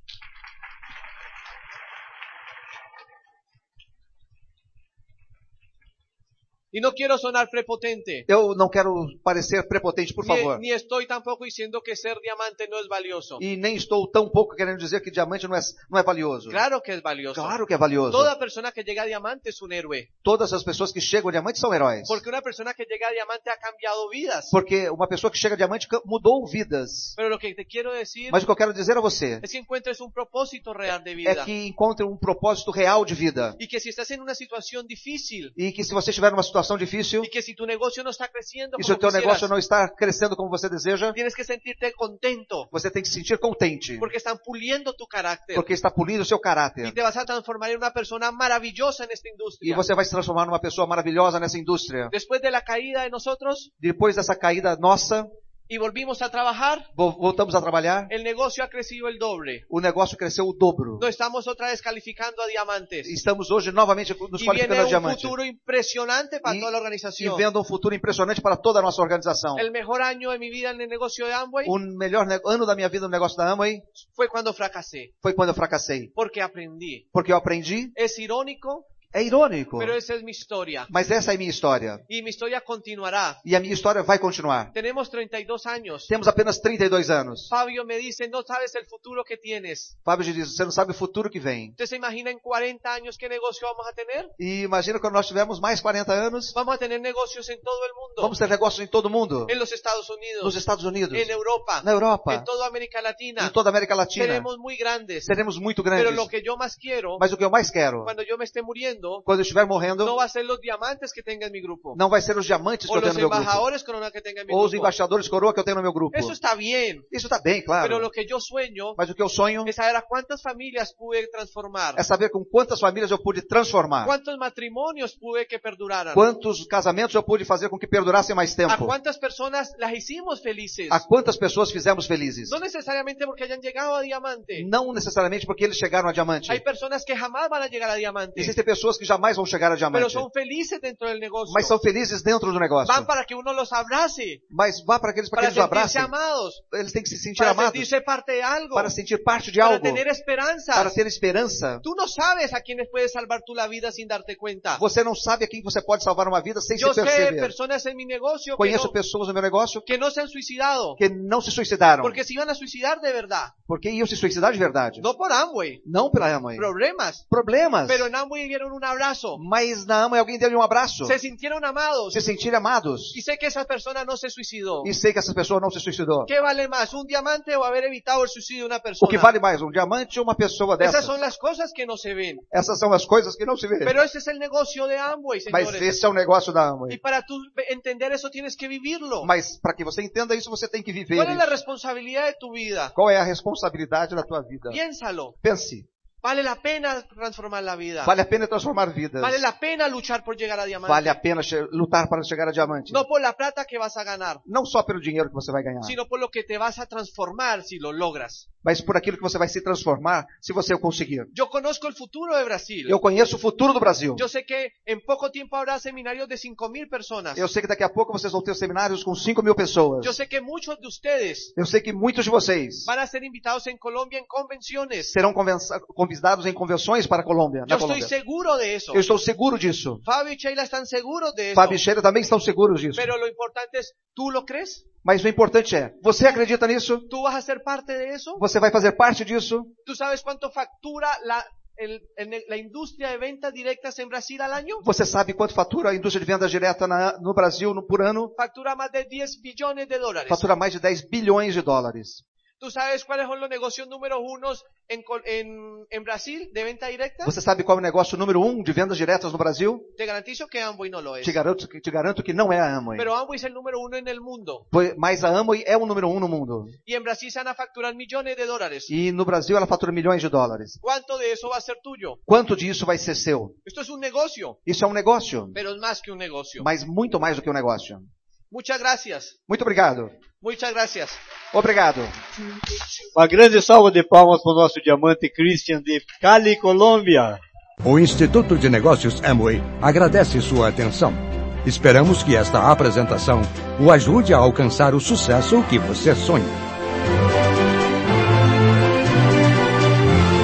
Speaker 2: Y no quiero sonar prepotente.
Speaker 3: Eu não quero parecer prepotente, por
Speaker 2: Ni,
Speaker 3: favor.
Speaker 2: ni estoy tampoco diciendo que ser diamante no es valioso.
Speaker 3: E nem estou tão pouco querendo dizer que diamante não é não é valioso.
Speaker 2: Claro que es valioso.
Speaker 3: Claro que é valioso.
Speaker 2: Toda persona que llega a diamante es un héroe.
Speaker 3: Todas as pessoas que chegam a diamante são heróis.
Speaker 2: Porque una persona que llega a diamante ha cambiado vidas.
Speaker 3: Porque uma pessoa que chega a diamante ca- mudou vidas.
Speaker 2: Pero lo que te quiero decir
Speaker 3: Mas o que eu quero dizer a você
Speaker 2: es que encuentres un propósito real de
Speaker 3: é
Speaker 2: vida.
Speaker 3: que encontre um propósito real de vida.
Speaker 2: Y que si estás en una situación difícil
Speaker 3: E que se você estiver numa situação difícil
Speaker 2: y que si tu negocio no está creciendo
Speaker 3: e se o
Speaker 2: Então como
Speaker 3: teu
Speaker 2: quisieras,
Speaker 3: negócio não está crescendo como você deseja,
Speaker 2: tienes que sentirte contento
Speaker 3: você tem que se sentir contente.
Speaker 2: porque están puliendo tu carácter.
Speaker 3: Porque está polido o seu
Speaker 2: Y
Speaker 3: caráter.
Speaker 2: te vas a transformar en una persona maravillosa en esta
Speaker 3: E
Speaker 2: industria.
Speaker 3: você vai se transformar numa pessoa maravilhosa nessa indústria.
Speaker 2: Después de la caída de nosotros
Speaker 3: Depois dessa caída nossa,
Speaker 2: y volvimos a trabajar,
Speaker 3: vo- voltamos a trabalhar,
Speaker 2: el negocio ha crecido el doble.
Speaker 3: o negócio cresceu o dobro.
Speaker 2: No estamos otra vez calificando a diamantes.
Speaker 3: Estamos hoje novamente nos
Speaker 2: y viene
Speaker 3: qualificando a
Speaker 2: un
Speaker 3: diamante.
Speaker 2: é um futuro impresionante para
Speaker 3: Y-
Speaker 2: toda la
Speaker 3: E
Speaker 2: organización.
Speaker 3: vendo um futuro impressionante para toda a nossa organização.
Speaker 2: El mejor año de mi vida en el negocio de Amway
Speaker 3: O melhor ne- ano da minha vida no negócio da Amway
Speaker 2: fue cuando fracasé,
Speaker 3: foi quando eu fracassei.
Speaker 2: porque aprendí.
Speaker 3: Porque eu aprendi.
Speaker 2: Es irónico,
Speaker 3: É irônico.
Speaker 2: pero esa es mi historia.
Speaker 3: Mas essa é a minha história.
Speaker 2: Y mi historia continuará.
Speaker 3: E a minha história vai continuar.
Speaker 2: Tenemos 32 años.
Speaker 3: Temos apenas 32 anos.
Speaker 2: Fabio me dice, no sabes el futuro que tienes.
Speaker 3: Fábio diz, você não sabe o futuro que vem.
Speaker 2: ¿Usted se imagina en 40 años qué negocio vamos a tener?
Speaker 3: E imagina quando nós tivermos mais 40 anos,
Speaker 2: Vamos a tener negocios en todo el mundo.
Speaker 3: vamos ter negócios em todo mundo.
Speaker 2: en los Estados
Speaker 3: Nos
Speaker 2: Unidos,
Speaker 3: Estados Unidos,
Speaker 2: en Europa,
Speaker 3: na Europa,
Speaker 2: en toda América Latina.
Speaker 3: em toda a América Latina.
Speaker 2: Seremos muy grandes.
Speaker 3: Seremos muito
Speaker 2: Pero lo
Speaker 3: grandes.
Speaker 2: que yo más quiero,
Speaker 3: Mas o que eu mais quero,
Speaker 2: cuando yo me esté muriendo,
Speaker 3: quando eu estiver
Speaker 2: no
Speaker 3: morrendo,
Speaker 2: va a ser los diamantes que tenga en mi grupo.
Speaker 3: não vai ser os diamantes que
Speaker 2: o
Speaker 3: eu
Speaker 2: los
Speaker 3: tenho no meu grupo. Oh,
Speaker 2: embajadores corona que tenga en mi
Speaker 3: Ou os
Speaker 2: grupo.
Speaker 3: embaixadores coroa que eu tenho no meu grupo.
Speaker 2: Eso está bien.
Speaker 3: Isso tá bem,
Speaker 2: Pero
Speaker 3: claro.
Speaker 2: lo que yo sueño
Speaker 3: Mas o que eu sonho
Speaker 2: es saber a cuántas familias pude transformar.
Speaker 3: é saber com quantas famílias eu pude transformar.
Speaker 2: ¿Cuántos matrimonios pude que perduraran?
Speaker 3: Quantos casamentos eu pude fazer com que perdurassem mais
Speaker 2: ¿A
Speaker 3: tempo.
Speaker 2: cuántas personas las hicimos felices?
Speaker 3: A quantas pessoas fizemos felizes.
Speaker 2: No necesariamente porque hayan llegado a diamante.
Speaker 3: Não necessariamente porque eles chegaram a diamante.
Speaker 2: Hay personas que jamás van a llegar a diamante,
Speaker 3: Existem pessoas que jamais vão chegar
Speaker 2: pero
Speaker 3: a diamante.
Speaker 2: son felices dentro del negocio.
Speaker 3: Mas são felizes dentro do negócio.
Speaker 2: Van para que uno los abrace,
Speaker 3: Mas vá para aqueles para
Speaker 2: para
Speaker 3: que eles o
Speaker 2: sentirse
Speaker 3: abracem.
Speaker 2: amados,
Speaker 3: Eles têm que se sentir
Speaker 2: para
Speaker 3: amados.
Speaker 2: sentirse parte de algo,
Speaker 3: Para sentir parte de
Speaker 2: para
Speaker 3: algo.
Speaker 2: tener esperanza.
Speaker 3: Para ter esperança.
Speaker 2: Tú no sabes a quiénes puedes salvar tú la vida sin darte cuenta.
Speaker 3: Você não sabe a quem você pode salvar uma vida sem
Speaker 2: Yo sé
Speaker 3: se perceber.
Speaker 2: personas en mi negocio que
Speaker 3: Conheço
Speaker 2: no,
Speaker 3: pessoas no meu negócio
Speaker 2: que no se han suicidado,
Speaker 3: que não se suicidaram.
Speaker 2: porque se iban a suicidar de verdad,
Speaker 3: Porque iam se suicidar de verdade.
Speaker 2: no por Amway,
Speaker 3: Não pela Amway.
Speaker 2: problemas,
Speaker 3: Problemas.
Speaker 2: pero en Amway dieron un abrazo,
Speaker 3: Mas na Amway alguém deu-lhe um abraço.
Speaker 2: se sintieron amados,
Speaker 3: Se sentir amados.
Speaker 2: y sé que esa persona no se suicidó.
Speaker 3: E sei que essa pessoa não se suicidou.
Speaker 2: ¿Qué vale más, un diamante o haber evitado el suicidio de una
Speaker 3: O
Speaker 2: persona?
Speaker 3: que vale mais, um diamante ou uma pessoa
Speaker 2: Esas
Speaker 3: dessa?
Speaker 2: son las cosas que no se ven.
Speaker 3: Essas são as coisas que não se vê.
Speaker 2: Pero ese es el negocio de Amway,
Speaker 3: Mas
Speaker 2: señores.
Speaker 3: esse é o negócio da
Speaker 2: Y
Speaker 3: Amway.
Speaker 2: para tú entender eso tienes que vivirlo.
Speaker 3: Mas para que você entenda isso, você tem que
Speaker 2: é
Speaker 3: viver.
Speaker 2: ¿Cuál es la
Speaker 3: isso.
Speaker 2: responsabilidad de tu vida?
Speaker 3: Qual é a responsabilidade da tua vida?
Speaker 2: Piénsalo.
Speaker 3: Pense.
Speaker 2: Vale la pena transformar la vida.
Speaker 3: Vale a pena transformar vidas.
Speaker 2: Vale la pena luchar por llegar a diamante.
Speaker 3: Vale a pena che- lutar para chegar a diamante.
Speaker 2: No por la plata que vas a ganar,
Speaker 3: Não só pelo dinheiro que você vai ganhar,
Speaker 2: sino por lo que te vas a transformar si lo logras.
Speaker 3: mas por aquilo que você vai se transformar se você o conseguir.
Speaker 2: Yo conozco el futuro de Brasil.
Speaker 3: Eu conheço o futuro do Brasil.
Speaker 2: Yo sé que en poco tiempo habrá seminarios de 5.000 personas.
Speaker 3: Eu sei que daqui a pouco vocês vão ter seminários com 5 mil pessoas.
Speaker 2: Yo sé que muchos de ustedes
Speaker 3: Eu sei que muitos de vocês
Speaker 2: van a ser invitados en Colombia en convenciones.
Speaker 3: serão convença- convidados em convenções para a Colômbia.
Speaker 2: Yo
Speaker 3: Na
Speaker 2: estoy
Speaker 3: Colômbia.
Speaker 2: seguro de eso.
Speaker 3: Eu estou seguro disso.
Speaker 2: Fabio y Sheila están seguros de eso.
Speaker 3: Fábio e Sheila também estão seguros disso.
Speaker 2: Pero lo importante es, ¿tú lo crees?
Speaker 3: Mas o importante é, você acredita nisso?
Speaker 2: ¿Tú vas a ser parte de eso?
Speaker 3: Você vai fazer parte disso?
Speaker 2: ¿Tú sabes cuánto factura la, el- el- la industria de ventas directas en Brasil al año?
Speaker 3: Você sabe quanto fatura a indústria de vendas direta na- no Brasil no- por ano?
Speaker 2: Factura más de 10 billones de dólares.
Speaker 3: Fatura mais de 10 bilhões de dólares.
Speaker 2: ¿Tú sabes cuáles son los negocios número uno en, Col- en, en Brasil de venta directa?
Speaker 3: Você sabe qual é o negócio número um de vendas diretas no Brasil?
Speaker 2: Te garantizo que Amway no lo es.
Speaker 3: Te garanto, que- te garanto que não é a Amway.
Speaker 2: Pero Amway es el número um. uno en el mundo.
Speaker 3: Pois- Mas a Amway é o número um no mundo.
Speaker 2: Y en Brasil se van a facturar millones de dólares.
Speaker 3: E no Brasil ela fatura milhões de dólares.
Speaker 2: ¿Cuánto de eso va a ser tuyo?
Speaker 3: Quanto disso vai ser seu?
Speaker 2: Esto es un negocio,
Speaker 3: Isso é um negócio,
Speaker 2: pero es más que un negocio.
Speaker 3: mas muito mais do que um negócio.
Speaker 2: Muchas gracias.
Speaker 3: Muito obrigado.
Speaker 2: Muchas gracias.
Speaker 3: Obrigado.
Speaker 4: Uma grande salva de palmas para o nosso diamante Christian de Cali, Colômbia.
Speaker 1: O Instituto de Negócios Amway agradece sua atenção. Esperamos que esta apresentação o ajude a alcançar o sucesso que você sonha.